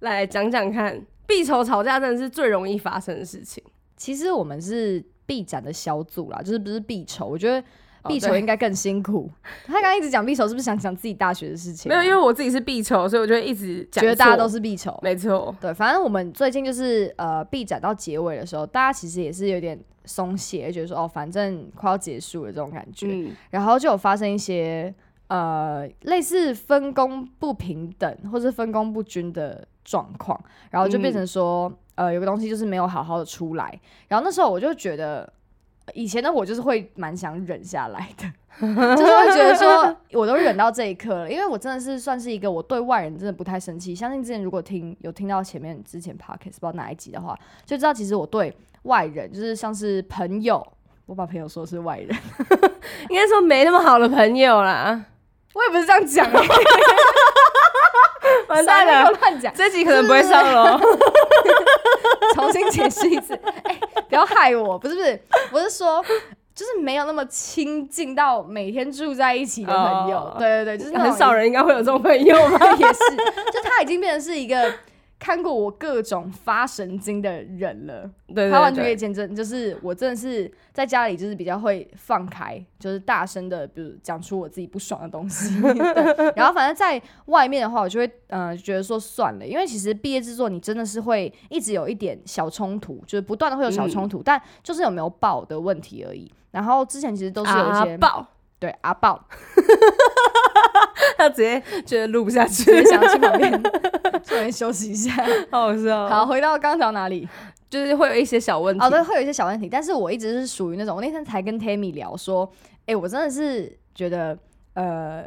S2: 来讲讲看，必筹吵架真的是最容易发生的事情。
S1: 其实我们是必展的小组啦，就是不是必筹，我觉得。必
S2: 哦
S1: 筹
S2: 对
S1: 应该更辛苦。他刚刚一直讲必筹，是不是想讲自己大学的事情
S2: 没
S1: 啊、
S2: 有，因为我自己是必筹，所以我就会一直讲错。
S1: 觉得大家都是必筹。
S2: 没错，
S1: 对，反正我们最近就是呃，毕展到结尾的时候，大家其实也是有点松懈，觉得说哦，反正快要结束了这种感觉。
S2: 嗯，
S1: 然后就有发生一些呃类似分工不平等或是分工不均的状况，然后就变成说、呃有个东西就是没有好好的出来，然后那时候我就觉得。呃以前的我就是会蛮想忍下来的，就是会觉得说我都忍到这一刻了，因为我真的是算是一个我对外人真的不太生气。相信之前如果听有听到前面之前 podcast 不知道哪一集的话，就知道其实我对外人就是像是朋友，我把朋友说是外人，
S2: 应该说没那么好的朋友啦，
S1: 我也不是这样讲、欸，少
S2: 完蛋
S1: 在那
S2: 了，
S1: 边乱讲，
S2: 这集可能不会上喽。
S1: 重新解释一次。哎、不要害我，不是不是，我是说，就是没有那么亲近到每天住在一起的朋友。
S2: 哦
S1: 对对对，就是那种
S2: 很少人应该会有这种朋友吧？
S1: 也是，就他已经变成是一个。看过我各种发神经的人了，
S2: 对
S1: 他完
S2: 对
S1: 全可以
S2: 对，
S1: 见证，就是我真的是在家里就是比较会放开，就是大声的，比如讲出我自己不爽的东西。 对，然后反正在外面的话，我就会呃觉得说算了，因为其实毕业制作你真的是会一直有一点小冲突，就是不断的会有小冲突，
S2: 嗯
S1: 但就是有没有爆的问题而已。然后之前其实都是有一
S2: 啊
S1: 些、
S2: 爆，
S1: 对阿爆，
S2: 他直接觉得录不下
S1: 直接
S2: 去，
S1: 想要去旁边突然休息一下。
S2: 好 好笑。
S1: 好，，回到刚刚讲哪里？
S2: 就是会有一些小问题
S1: 哦，。对，会有一些小问题，但是我一直是属于那种，我那天才跟 Tammy 聊说，哎、我真的是觉得，呃，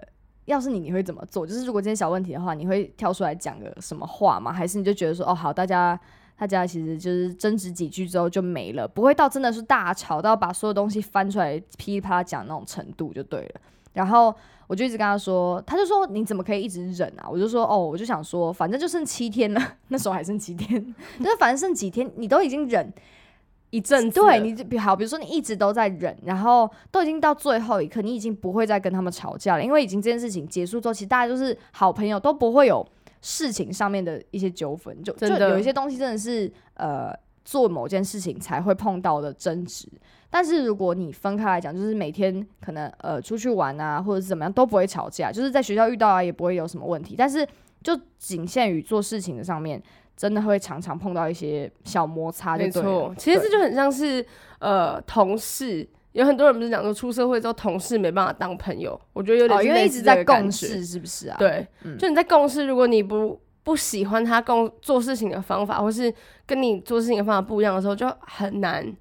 S1: 要是你，你会怎么做？就是如果这些小问题的话，你会跳出来讲个什么话吗？还是你就觉得说，哦，好，大家。大家其实就是争执几句之后就没了，不会到真的是大吵到把所有东西翻出来噼里啪啦讲那种程度就对了。然后我就一直跟他说，他就说你怎么可以一直忍啊？我就说哦，我就想说，反正就剩七天了， 那时候还剩七天， 就是反正剩几天，你都已经忍
S2: 一阵子了
S1: 对你就比好，比如说你一直都在忍，然后都已经到最后一刻，你已经不会再跟他们吵架了，因为已经这件事情结束之后，其实大家就是好朋友，都不会有事情上面的一些纠纷，就就
S2: 真的
S1: 有一些东西真的是呃做某件事情才会碰到的争执。但是如果你分开来讲，就是每天可能呃出去玩啊，或者是怎么样都不会吵架，就是在学校遇到啊也不会有什么问题，但是就仅限于做事情的上面。真的会常常碰到一些小摩擦，
S2: 没
S1: 就对了
S2: 错，其实这
S1: 对
S2: 就很像是呃同事，有很多人不是讲说出社会之后同事没办法当朋友，我觉得有点、
S1: 哦，因为一直在共，事，是不是啊？，
S2: 对，
S1: 嗯
S2: 就你在共事，如果你不不喜欢他共做事情的方法，或是跟你做事情的方法不一样的时候，就很难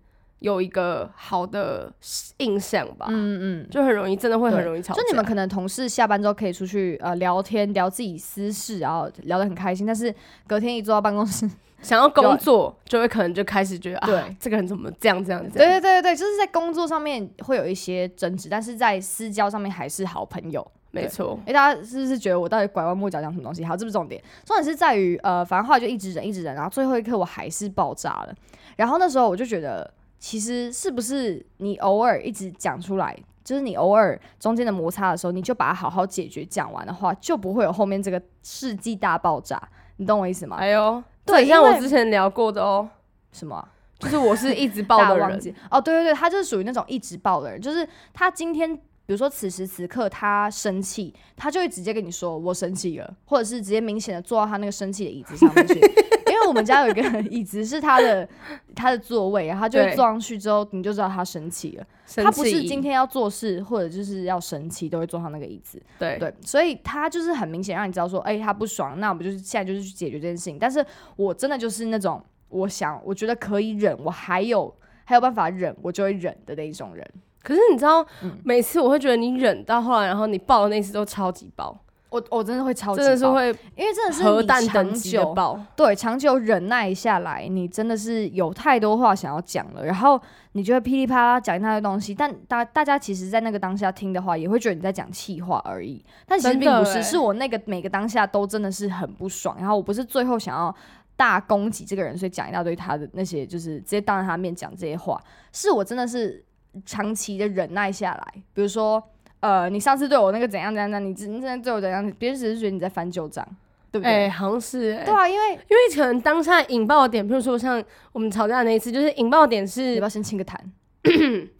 S2: 有一个好的印象吧，
S1: 嗯嗯。
S2: 就很容易真的会很
S1: 对
S2: 容易吵架。
S1: 就你们可能同事下班之后可以出去呃聊天，聊自己私事，然后聊得很开心，但是隔天一坐到办公 室，
S2: 想要工作，就会可能就开始觉得啊
S1: 对，
S2: 这个人怎么这样这样这
S1: 对对
S2: 样。
S1: 对对对，就是在工作上面会有一些争执，但是在私交上面还是好朋友。
S2: 没错，
S1: 哎、大家是不是觉得我到底拐弯抹角讲什么东西？好，这不是重点，重点是在于呃，反正后来就一直忍，一直忍，然后最后一刻我还是爆炸了。然后那时候我就觉得，其实是不是你偶尔一直讲出来，就是你偶尔中间的摩擦的时候，你就把它好好解决，讲完的话，就不会有后面这个世纪大爆炸。你懂我意思吗？
S2: 哎呦，
S1: 对
S2: 这很像
S1: 因为
S2: 我之前聊过的哦，
S1: 什么啊、
S2: 就是我是一直
S1: 大
S2: 爆
S1: 家
S2: 的
S1: 忘
S2: 人，
S1: 记哦，对对对，他就是属于那种一直爆的人，就是他今天。比如说，此时此刻他生气，他就会直接跟你说“我生气了”，或者是直接明显的坐到他那个生气的椅子上面去。 因为我们家有一个椅子是他的他的座位，然后他就会
S2: 对
S1: 坐上去之后，你就知道他生气了。
S2: 生
S1: 他不是
S2: 气
S1: 今天要做事或者就是要生气，都会坐上那个椅子。
S2: 对
S1: 对，所以他就是很明显让你知道说，哎、他不爽，那我们就是现在就是去解决这件事情。但是我真的就是那种，我想我觉得可以忍，我还有还有办法忍，我就会忍的那一种人。
S2: 可是你知道，
S1: 嗯
S2: 每次我会觉得你忍到后来，然后你爆的那次都超级爆，
S1: 我我真的会超级
S2: 真的是
S1: 爆，
S2: 会
S1: 因为真的是
S2: 核
S1: 你
S2: 弹
S1: 长
S2: 等级的
S1: 久
S2: 爆。
S1: 对长久忍耐下来，你真的是有太多话想要讲了，然后你就会噼里啪啦讲一大堆东西。但大大家其实，在那个当下听的话，也会觉得你在讲气话而已。但其实
S2: 真
S1: 并
S2: 的
S1: 不是，
S2: 欸
S1: 是我那个每个当下都真的是很不爽，然后我不是最后想要大攻击这个人，所以讲一大堆他的那些，就是直接当着他面讲这些话，是我真的是长期的忍耐下来。比如说，呃，你上次对我那个怎样怎样怎样，你之你之前对我怎样，别人只是觉得你在翻旧账，对不对？
S2: 哎、好像是、哎
S1: 对啊，因为
S2: 因为可能当下引爆的点，譬如说像我们吵架的那一次，就是引爆的点
S1: 你要
S2: 是
S1: 不要先清个谈？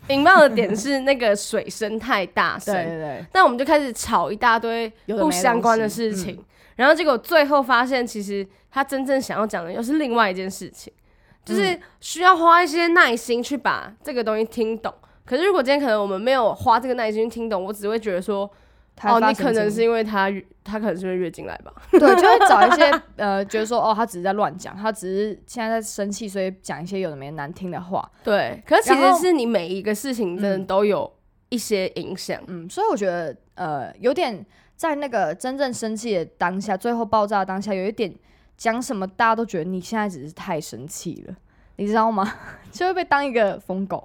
S2: 引爆的点是那个水声太大
S1: 对
S2: 声，
S1: 对对，
S2: 但我们就开始吵一大堆
S1: 有的没
S2: 不相关的事
S1: 东西嗯
S2: 情，然后结果最后发现，其实他真正想要讲的又是另外一件事情，
S1: 嗯
S2: 就是需要花一些耐心去把这个东西听懂。可是如果今天可能我们没有花这个耐心去听懂，我只会觉得说，
S1: 他
S2: 哦，
S1: 发
S2: 你
S1: 神
S2: 可能
S1: 经
S2: 是因为他他可能是因为月经来吧，
S1: 对，就会找一些呃，觉得说哦，他只是在乱讲，他只是现在在生气，所以讲一些有的没的难听的话。
S2: 对。可是其
S1: 然
S2: 实
S1: 后
S2: 是你每一个事情真的都有一些影响，
S1: 嗯，所以我觉得呃，有点在那个真正生气的当下，最后爆炸的当下，有一点讲什么，大家都觉得你现在只是太生气了。你知道吗？ 就会被当一个疯 狗。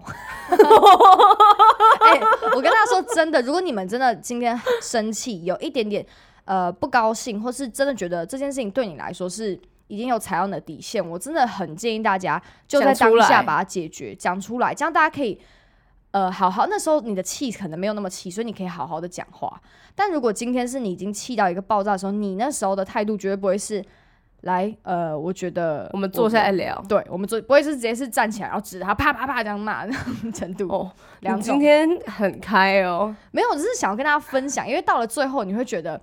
S1: 哎、我跟大家说真的，如果你们真的今天生气，有一点点呃不高兴，或是真的觉得这件事情对你来说是已经有踩到你的底线，我真的很建议大家就在
S2: 讲
S1: 当
S2: 出来
S1: 下把它解决，讲出来，这样大家可以。呃，好好，那时候你的气可能没有那么气，所以你可以好好的讲话。但如果今天是你已经气到一个爆炸的时候，你那时候的态度绝对不会是来，呃，我觉得
S2: 我们坐下来聊。
S1: 对，我们做不会是直接是站起来，然后指着他啪啪啪这样骂那种程度。
S2: 哦，
S1: 两
S2: 你今
S1: 种
S2: 天很开哦，
S1: 没有，我只是想要跟大家分享，因为到了最后你会觉得，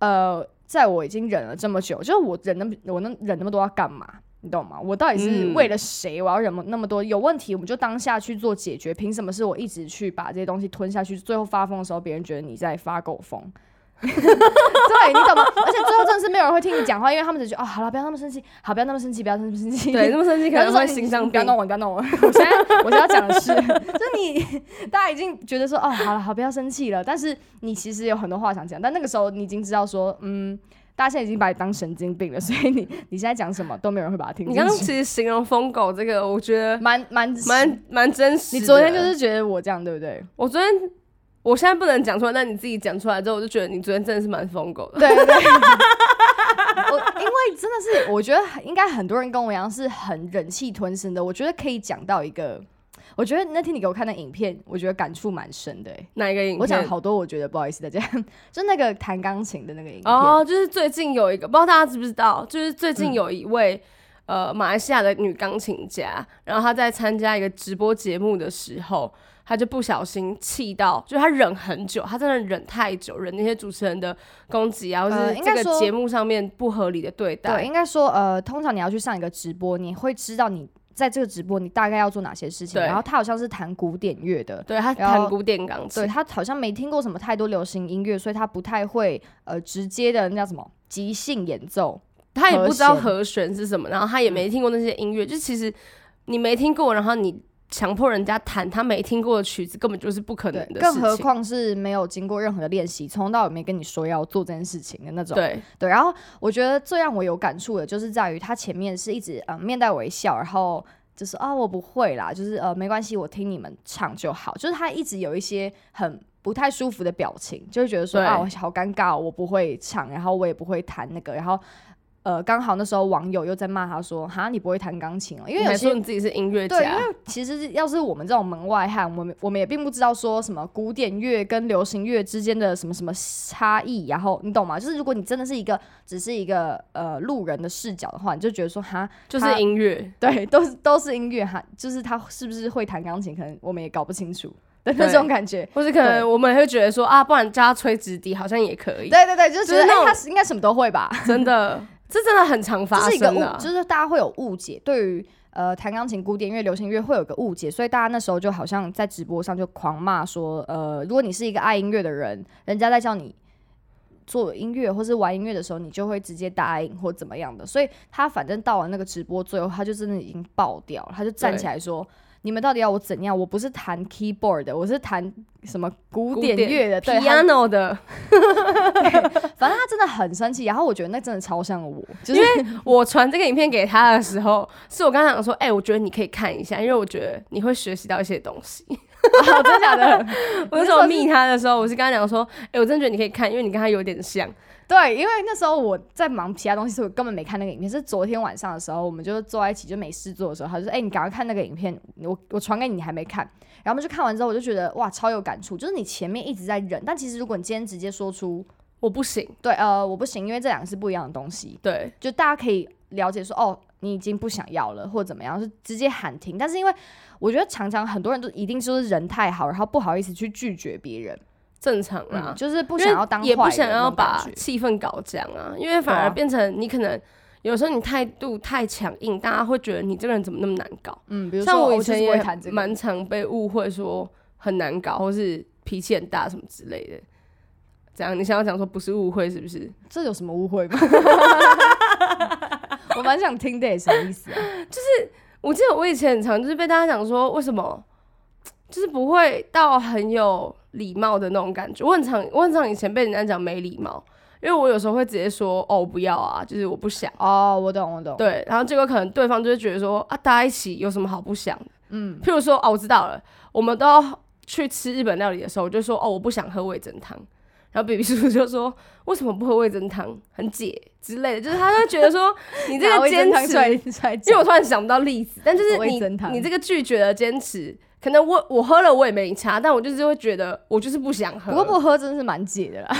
S1: 呃，在我已经忍了这么久，就是我忍那么我能忍那么多要干嘛？你懂吗？我到底是
S2: 嗯
S1: 为了谁？我要忍那么多？有问题我们就当下去做解决，凭什么是我一直去把这些东西吞下去？最后发疯的时候，别人觉得你在发狗疯。 对，你懂吗？而且最后真的是没有人会听你讲话，因为他们只觉得哦，好了，不要那么生气，好，不要那么生气，不要那么生气。
S2: 对，那么生气可
S1: 然后就
S2: 能
S1: 说
S2: 会
S1: 你
S2: 心脏
S1: 你不要
S2: 病。
S1: 弄我，你不要弄我。 我现在我现在要讲的 是，就你 大家已经觉得说，哦，好了，好，不要生气了。但是你其实有很多话想讲，但那个时候你已经知道说，嗯，大家现在已经把你当神经病了，所以你你现在讲什么都没有人会把它听
S2: 你
S1: 进
S2: 刚刚其
S1: 去。
S2: 实形容疯狗这个，我觉得
S1: 蛮蛮
S2: 蛮蛮真实的。
S1: 你昨天就是觉得我这样对不 对？
S2: 我昨天，我现在不能讲出来，但你自己讲出来之后，我就觉得你昨天真的是蛮疯狗的。
S1: 对对对。 我因为真的是，我觉得应该很多人跟我一样是很忍气吞声的。我觉得可以讲到一个，我觉得那天你给我看的影片，我觉得感触蛮深的、欸。
S2: 哪一个影
S1: 我讲
S2: 片？
S1: 了好多，我觉得不好意思大家，就那个弹钢琴的那个影片。嗯
S2: 哦，就是最近有一个，不知道大家知不知道，就是最近有一位、呃马来西亚的女钢琴家，然后她在参加一个直播节目的时候，她就不小心气到，就她忍很久，她真的忍太久，忍那些主持人的攻击啊，或
S1: 呃
S2: 是
S1: 应
S2: 这
S1: 该
S2: 个
S1: 说
S2: 节目上面不合理的对待。
S1: 对，应该说呃，通常你要去上一个直播，你会知道你在这个直播你大概要做哪些事情。
S2: 对
S1: 然后他好像是弹古典乐的，
S2: 对，她
S1: 然后
S2: 弹古典钢琴
S1: 对。他好像没听过什么太多流行音乐，所以他不太会呃直接的那叫什么即兴演奏。
S2: 他也
S1: 和
S2: 不知道
S1: 弦
S2: 和弦是什么，然后他也没听过那些
S1: 嗯
S2: 音乐，就其实你没听过，然后你强迫人家弹他没听过的曲子，根本就是不可能
S1: 对，
S2: 的事
S1: 更
S2: 情。
S1: 何况是没有经过任何的练习，从头到尾没跟你说要做这件事情的那种。
S2: 对
S1: 对，然后我觉得最让我有感触的就是在于他前面是一直呃面带微笑，然后就是啊、我不会啦，就是呃没关系，我听你们唱就好。就是他一直有一些很不太舒服的表情，就会觉得说
S2: 对
S1: 啊我好尴尬哦，我不会唱，然后我也不会弹那个，然后呃刚好那时候网友又在骂他说哈你不会弹钢琴哦，因为
S2: 你
S1: 有
S2: 还
S1: 些
S2: 说你自己是音乐
S1: 对，因
S2: 家，
S1: 为其实要是我们这种门外汉，我们我们也并不知道说什么古典乐跟流行乐之间的什么什么差异，然后你懂吗？就是如果你真的是一个只是一个呃路人的视角的话，你就觉得说哈，
S2: 就是
S1: 他
S2: 音乐。
S1: 对，都是都是音乐哈，就是他是不是会弹钢琴，可能我们也搞不清楚的那种感觉。
S2: 或是可
S1: 对
S2: 能我们也会觉得说啊，不然叫他吹直笛好像也可以，
S1: 对对对，就是觉
S2: 就是
S1: 得哎、
S2: 那种
S1: 他是应该什么都会吧？
S2: 真的， 这真的很常发
S1: 这是一个
S2: 生
S1: 误
S2: 啊，。
S1: 就是大家会有误解，对于呃弹钢琴、古典乐、流行乐会有个误解，所以大家那时候就好像在直播上就狂骂说，呃，如果你是一个爱音乐的人，人家在叫你。做音乐或是玩音乐的时候，你就会直接答应或怎么样的，所以他反正到了那个直播最后，他就真的已经爆掉了，他就站
S2: 对
S1: 起来说：“你们到底要我怎样？我不是弹 keyboard 的，我是弹什么古
S2: 古
S1: 典
S2: 典
S1: 乐的，对，他
S2: piano 的，
S1: 反正他真的很生气。然后我觉得那真的超像我，就是
S2: 我传这个影片给他的时候，是我刚想说，哎、我觉得你可以看一下，因为我觉得你会学习到一些东西。
S1: 啊真的假的？
S2: 我那时候密他的时候，我是跟他讲说，哎、我真的觉得你可以看，因为你跟他有点像。
S1: 对，因为那时候我在忙其他东西，所以我根本没看那个影片。是昨天晚上的时候，我们就坐在一起，就没事做的时候，他就说：“哎、你赶快看那个影片，我我传给你，你还没看。”然后我们就看完之后，我就觉得哇，超有感触。就是你前面一直在忍，但其实如果你今天直接说出
S2: 我不行，
S1: “对，呃，我不行”，因为这两个是不一样的东西，
S2: 对
S1: 就大家可以了解说：“哦，你已经不想要了，或怎么样，就直接喊停。”但是因为我觉得常常很多人都一定就是人太好，然后不好意思去拒绝别人，
S2: 正常啦、
S1: 嗯，就是不
S2: 因为
S1: 想要当坏
S2: 也
S1: 人
S2: 不想
S1: 那
S2: 要
S1: 种感
S2: 把
S1: 觉
S2: 气氛搞僵啊，因为反
S1: 对啊
S2: 而变成你可能有时候你态度太强硬，大家会觉得你这个人怎么那么难搞。
S1: 嗯，比如
S2: 像
S1: 说
S2: 我
S1: 哦
S2: 以
S1: 就是
S2: 前
S1: 不
S2: 也
S1: 会谈这个，
S2: 蛮常被误会说很难搞，或是脾气很大什么之类的。这样你想要讲说不是误会是不是？
S1: 这有什么误 会吗？我蛮想听的耶，什么意思啊？
S2: 我记得我以前很常就是被大家讲说为什么，就是不会到很有礼貌的那种感觉。我很常我很常以前被人家讲没礼貌，因为我有时候会直接说哦我不要啊，就是我不想。
S1: 哦，我懂，我懂。
S2: 对，然后结果可能对方就会觉得说啊，大家一起有什么好不想的？
S1: 嗯，
S2: 譬如说哦，我知道了，我们都要去吃日本料理的时候，我就说哦，我不想喝味噌汤。然后 B B 叔叔就说：“为什么不喝味噌汤？很解之类的，就是他就觉得说你这
S1: 拿
S2: 个
S1: 味
S2: 坚
S1: 噌汤
S2: 持
S1: 出，来出来
S2: 因为
S1: 讲，
S2: 我突然想不到例子，但就是
S1: 味
S2: 你
S1: 噌汤
S2: 你这个拒绝的坚持，可能我我喝了我也没差，但我就是会觉得我就是不想喝。
S1: 不过不喝真的是蛮解 的啦。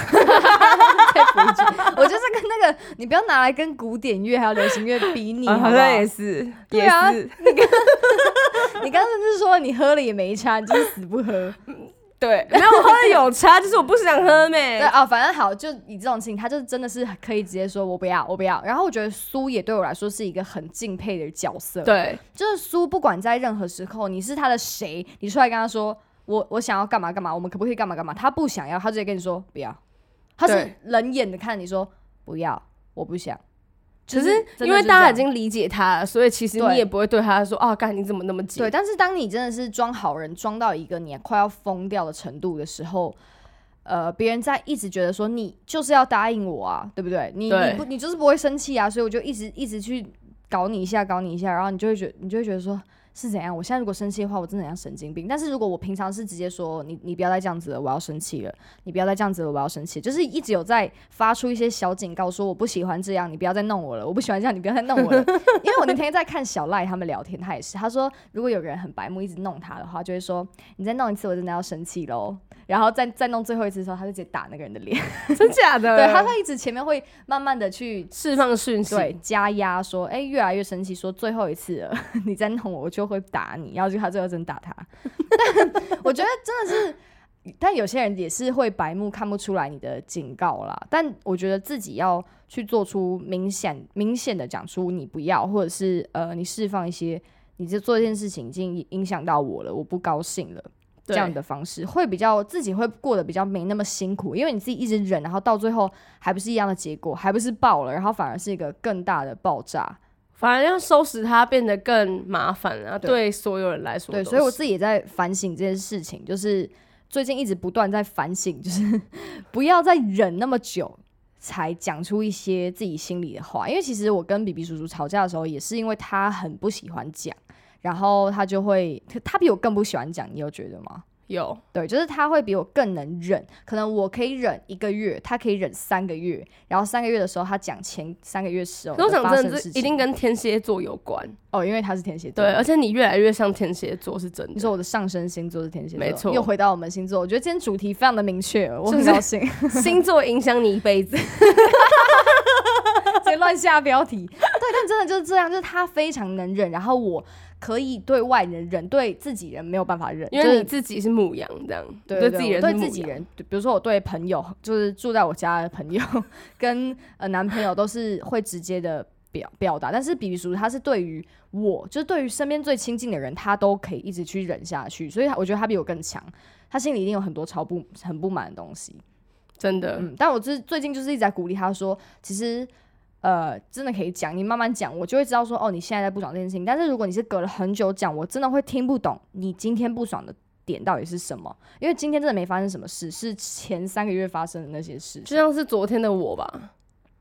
S1: 再补一句我就是跟那个，你不要拿来跟古典乐还有流行乐比拟，
S2: 啊
S1: 好不好？
S2: 是，
S1: 对啊
S2: 也是，
S1: 你刚刚甚至说你喝了也没差，你就是死不喝。
S2: 对，没有我喝了有差，就是我不想喝没
S1: 对。哦，反正好，就以这种事情，他就真的是可以直接说我不要，我不要。然后我觉得苏也对我来说是一个很敬佩的角色。
S2: 对，
S1: 就是苏，不管在任何时候，你是他的谁，你出来跟他说，我我想要干嘛干嘛，我们可不可以干嘛干嘛？他不想要，他直接跟你说不要，他是
S2: 对
S1: 冷眼的看你说不要，我不想。
S2: 可
S1: 就是真的
S2: 因为
S1: 是
S2: 大家已
S1: 这样
S2: 经理解他了，所以其实
S1: 对
S2: 你也不会对他说啊，干你怎么那么急？
S1: 对，但是当你真的是装好人，装到一个你快要疯掉的程度的时候。呃，别人在一直觉得说你就是要答应我啊，对不对？你
S2: 对
S1: 你不你就是不会生气啊，所以我就一直一直去搞你一下，搞你一下，然后你就会觉你就会觉得说是怎样？我现在如果生气的话，我真的很像神经病。但是如果我平常是直接说你你不要再这样子了，我要生气了，你不要再这样子了，我要生气，就是一直有在发出一些小警告，说我不喜欢这样，你不要再弄我了，我不喜欢这样，你不要再弄我了。因为我那天在看小赖他们聊天，他也是，他说如果有个人很白目，一直弄他的话，就会说你再弄一次，我真的要生气喽。然后再再弄最后一次的时候，他就直接打那个人的脸。
S2: 真假的？
S1: 对，他会一直前面会慢慢的去
S2: 释放讯息，
S1: 对加压，说哎、越来越生气，说最后一次了， 你再弄我，我就会打你。然后就他最后真打他。但我觉得真的是，但有些人也是会白目看不出来你的警告啦。但我觉得自己要去做出明显明显的讲出你不要，或者是呃你释放一些。你这做这件事情已经影响到我了，我不高兴了，这
S2: 对
S1: 样的方式会比较自己会过得比较没那么辛苦，因为你自己一直忍，然后到最后还不是一样的结果，还不是爆了，然后反而是一个更大的爆炸。
S2: 反而要收拾他变得更麻烦啊，
S1: 对
S2: 对所有人来说都
S1: 对，
S2: 是。
S1: 所以我自己也在反省这件事情，就是最近一直不断在反省，就是 不要再忍那么久。才讲出一些自己心里的话，因为其实我跟比比叔叔吵架的时候，也是因为他很不喜欢讲，然后他就会他他比我更不喜欢讲，你有觉得吗？
S2: 有
S1: 对，就是他会比我更能忍，可能我可以忍一个月，他可以忍三个月，然后三个月的时候他讲前三个月时候
S2: 可我
S1: 的
S2: 想
S1: 发
S2: 真
S1: 生
S2: 的
S1: 的
S2: 是
S1: 事
S2: 一定
S1: 情
S2: 跟天蝎座有关，
S1: 哦，因为他是天蝎座，
S2: 对，而且你越来越像天蝎座是真
S1: 你
S2: 的，
S1: 说我的上升星座是天蝎座，
S2: 没错
S1: 又回到我们星座，我觉得今天主题非常的明确，我
S2: 是不
S1: 很
S2: 是
S1: 高兴， 直
S2: 星座影响你一辈子，
S1: 接乱下标题。对，但真的就是这样，就是他非常能忍，然后我可以对外人忍，对自己人没有办法忍，
S2: 因
S1: 就
S2: 为
S1: 是
S2: 你自己是母羊这样，
S1: 对
S2: 自己
S1: 我
S2: 人
S1: 对
S2: 是
S1: 自
S2: 母
S1: 己
S2: 羊，
S1: 人，比如说我对朋友，就是住在我家的朋友 跟呃男朋友都是会直接的表表达，但是比比叔叔他是对于我，就是对于身边最亲近的人，他都可以一直去忍下去，所以他我觉得他比我更强，他心里一定有很多超不很不满的东西。
S2: 真的，
S1: 嗯，但我最最近就是一直在鼓励他说，其实呃，真的可以讲，你慢慢讲，我就会知道说，哦，你现在在不爽这件事情。但是如果你是隔了很久讲，我真的会听不懂你今天不爽的点到底是什么，因为今天真的没发生什么事，是前三个月发生的那些事
S2: 就像是昨天的我吧，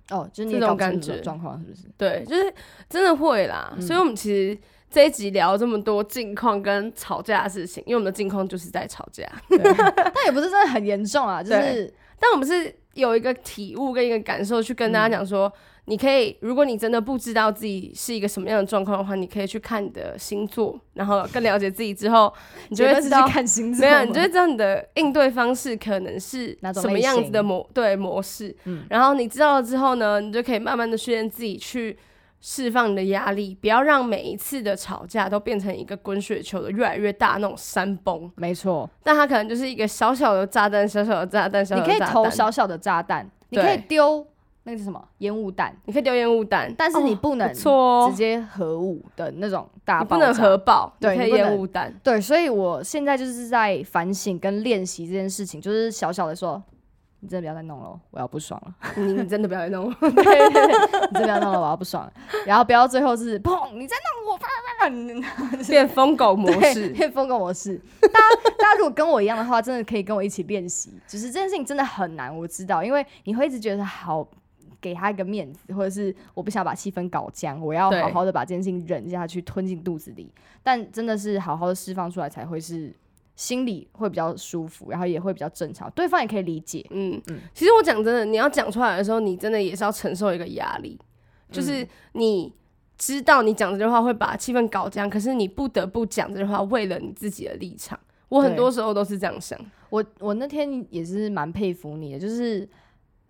S1: 哦，就是你也
S2: 这种
S1: 搞不清
S2: 感
S1: 楚
S2: 觉
S1: 状况是不是？
S2: 对，就是真的会啦。
S1: 嗯
S2: 所以，我们其实这一集聊这么多近况跟吵架的 事情，因为我们的近况就是在吵架，
S1: 对但也不是真的很严重啊，就
S2: 对
S1: 是
S2: 但我们是有一个体悟跟一个感受去跟大家
S1: 嗯
S2: 讲说，你可以，如果你真的不知道自己是一个什么样的状况的话，你可以去看你的星座，然后更了解自己之后，你就
S1: 绝
S2: 会
S1: 对
S2: 知
S1: 是
S2: 道
S1: 去看 星座
S2: 没
S1: 吗，
S2: 有，你就会知道你的应对方式可能是
S1: 哪种
S2: 什么
S1: 类
S2: 样子的
S1: 型
S2: 模对模式。
S1: 嗯
S2: 然后你知道了之后呢，你就可以慢慢的训练自己去释放你的压力，不要让每一次的吵架都变成一个滚雪球的越来越大那种山崩。
S1: 没错，
S2: 但它可能就是一个小小的炸弹，小小的炸弹，小
S1: 你
S2: 小的
S1: 可
S2: 炸
S1: 以
S2: 弹。
S1: 投小小的炸弹，你可以
S2: 对
S1: 丢那个是什么烟雾弹，
S2: 你可以丢烟雾弹，
S1: 但是你
S2: 哦
S1: 不能
S2: 不错哦
S1: 直接核武的那种大
S2: 你不
S1: 爆炸，
S2: 能核爆，
S1: 对
S2: 你可以
S1: 你不能
S2: 烟雾弹。
S1: 对，所以我现在就是在反省跟练习这件事情，就是小小的说，你真的不要再弄了，哦我要不爽了，
S2: 你你真的不要弄，
S1: 对对对你真的不要弄了，我要不爽了，然后不要最后是砰，你在弄我，啪啪啪，你
S2: 变疯狗模
S1: 对，
S2: 式。
S1: 变 疯狗模式。大家大家如果跟我一样的话，真的可以跟我一起练习。只是这件事情真的很难，我知道，因为你会一直觉得好。给他一个面子，或者是我不想把气氛搞僵，我要
S2: 对
S1: 好好的把这件事情忍下去，吞进肚子里。但真的是好好的释放出来，才会是心里会比较舒服，然后也会比较正常，对方也可以理解。
S2: 嗯，其实我讲真的，你要讲出来的时候，你真的也是要承受一个压力，
S1: 嗯
S2: 就是你知道你讲这句话会把气氛搞僵，可是你不得不讲这句话，为了你自己的立场。我很
S1: 对
S2: 多时候都是这样想，
S1: 我我那天也是蛮佩服你的，就是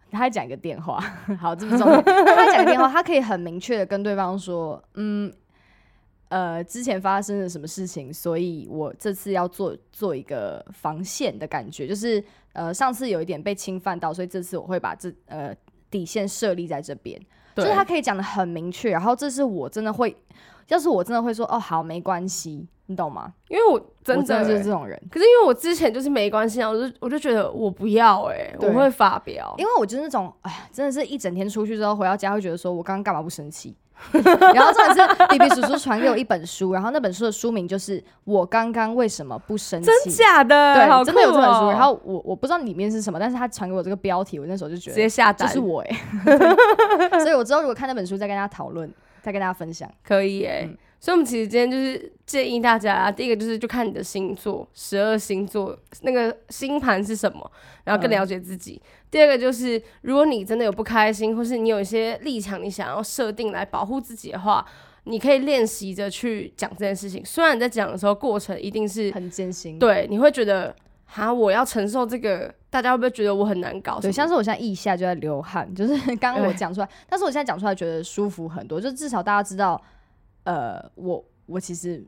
S1: 他还讲一个电话， 好，这不是重点。他还讲一个电话，他可以很明确的跟对方说，嗯，呃，之前发生了什么事情，所以我这次要做做一个防线的感觉，就是呃，上次有一点被侵犯到，所以这次我会把这呃底线设立在这边。就是他可以讲的很明确，然后这是我真的会，要是我真的会说哦好没关系，你懂吗？
S2: 因为我真
S1: 我
S2: 的,、欸
S1: 真的就是这种人。
S2: 可是因为我之前就是没关系啊，我就我就觉得我不要哎、
S1: 对
S2: 我会发飙，
S1: 因为我就是那种，哎呀，真的是一整天出去之后回到家会觉得说，我刚刚干嘛不生气？ 然后重点是 B B 叔叔传给我一本书，然后那本书的书名就是《我刚刚为什么不生气》。
S2: 真假的，好
S1: 对，真的有
S2: 酷
S1: 这本书。
S2: 哦
S1: 然后我我不知道里面是什么，但是他传给我这个标题，我那时候就觉
S2: 直
S1: 得
S2: 接下
S1: 这
S2: 单，
S1: 是我哎、 所以我之后如果看那本书再跟大家讨论，再跟大家分享。
S2: 可以哎、
S1: 嗯
S2: 所以，我们其实今天就是建议大家，第一个就是就看你的星座，十二星座那个星盘是什么，然后更
S1: 嗯
S2: 了解自己。第二个就是，如果你真的有不开心，或是你有一些立场，你想要设定来保护自己的话，你可以练习着去讲这件事情。虽然你在讲的时候，过程一定是
S1: 很艰辛，
S2: 对，你会觉得哈，我要承受这个，大家会不会觉得我很难搞哦什么的？
S1: 对，像是我现在腋下就在流汗，就是 刚刚我讲出来，但是我现在讲出来觉得舒服很多，就至少大家知道，呃，我我其实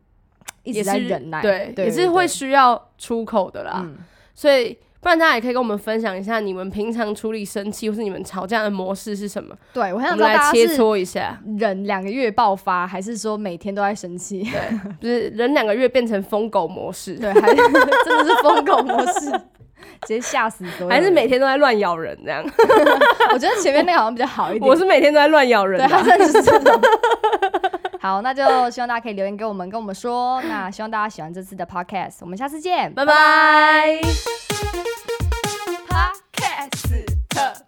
S1: 一
S2: 也
S1: 直
S2: 是
S1: 在忍耐，
S2: 对，也是会啊需要出口的啦。
S1: 嗯
S2: 所以，不然大家也可以跟我们分享一下你们平常处理生气或是你们吵架的模式是什么，
S1: 对我
S2: 我
S1: 很想
S2: 们
S1: 知道
S2: 来
S1: 大家
S2: 切
S1: 是
S2: 磋一 下。
S1: 忍两个月爆发，还是说每天都在生气？
S2: 对，就是人两个月变成疯狗模式，
S1: 对，还是 真的是疯狗模式，直接吓死所有人。
S2: 还是每天都在乱咬人 这样？
S1: 我觉得前面那个好像比较好一点，
S2: 我是每天都在乱咬人
S1: 对，
S2: 的
S1: 他
S2: 啊。
S1: 真的是这 种。好，那就希望大家可以留言给我们，跟我们说。那希望大家喜欢这次的 podcast，我们下次见，
S2: 拜拜。
S1: podcast。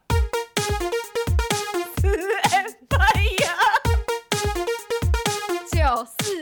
S1: 就是。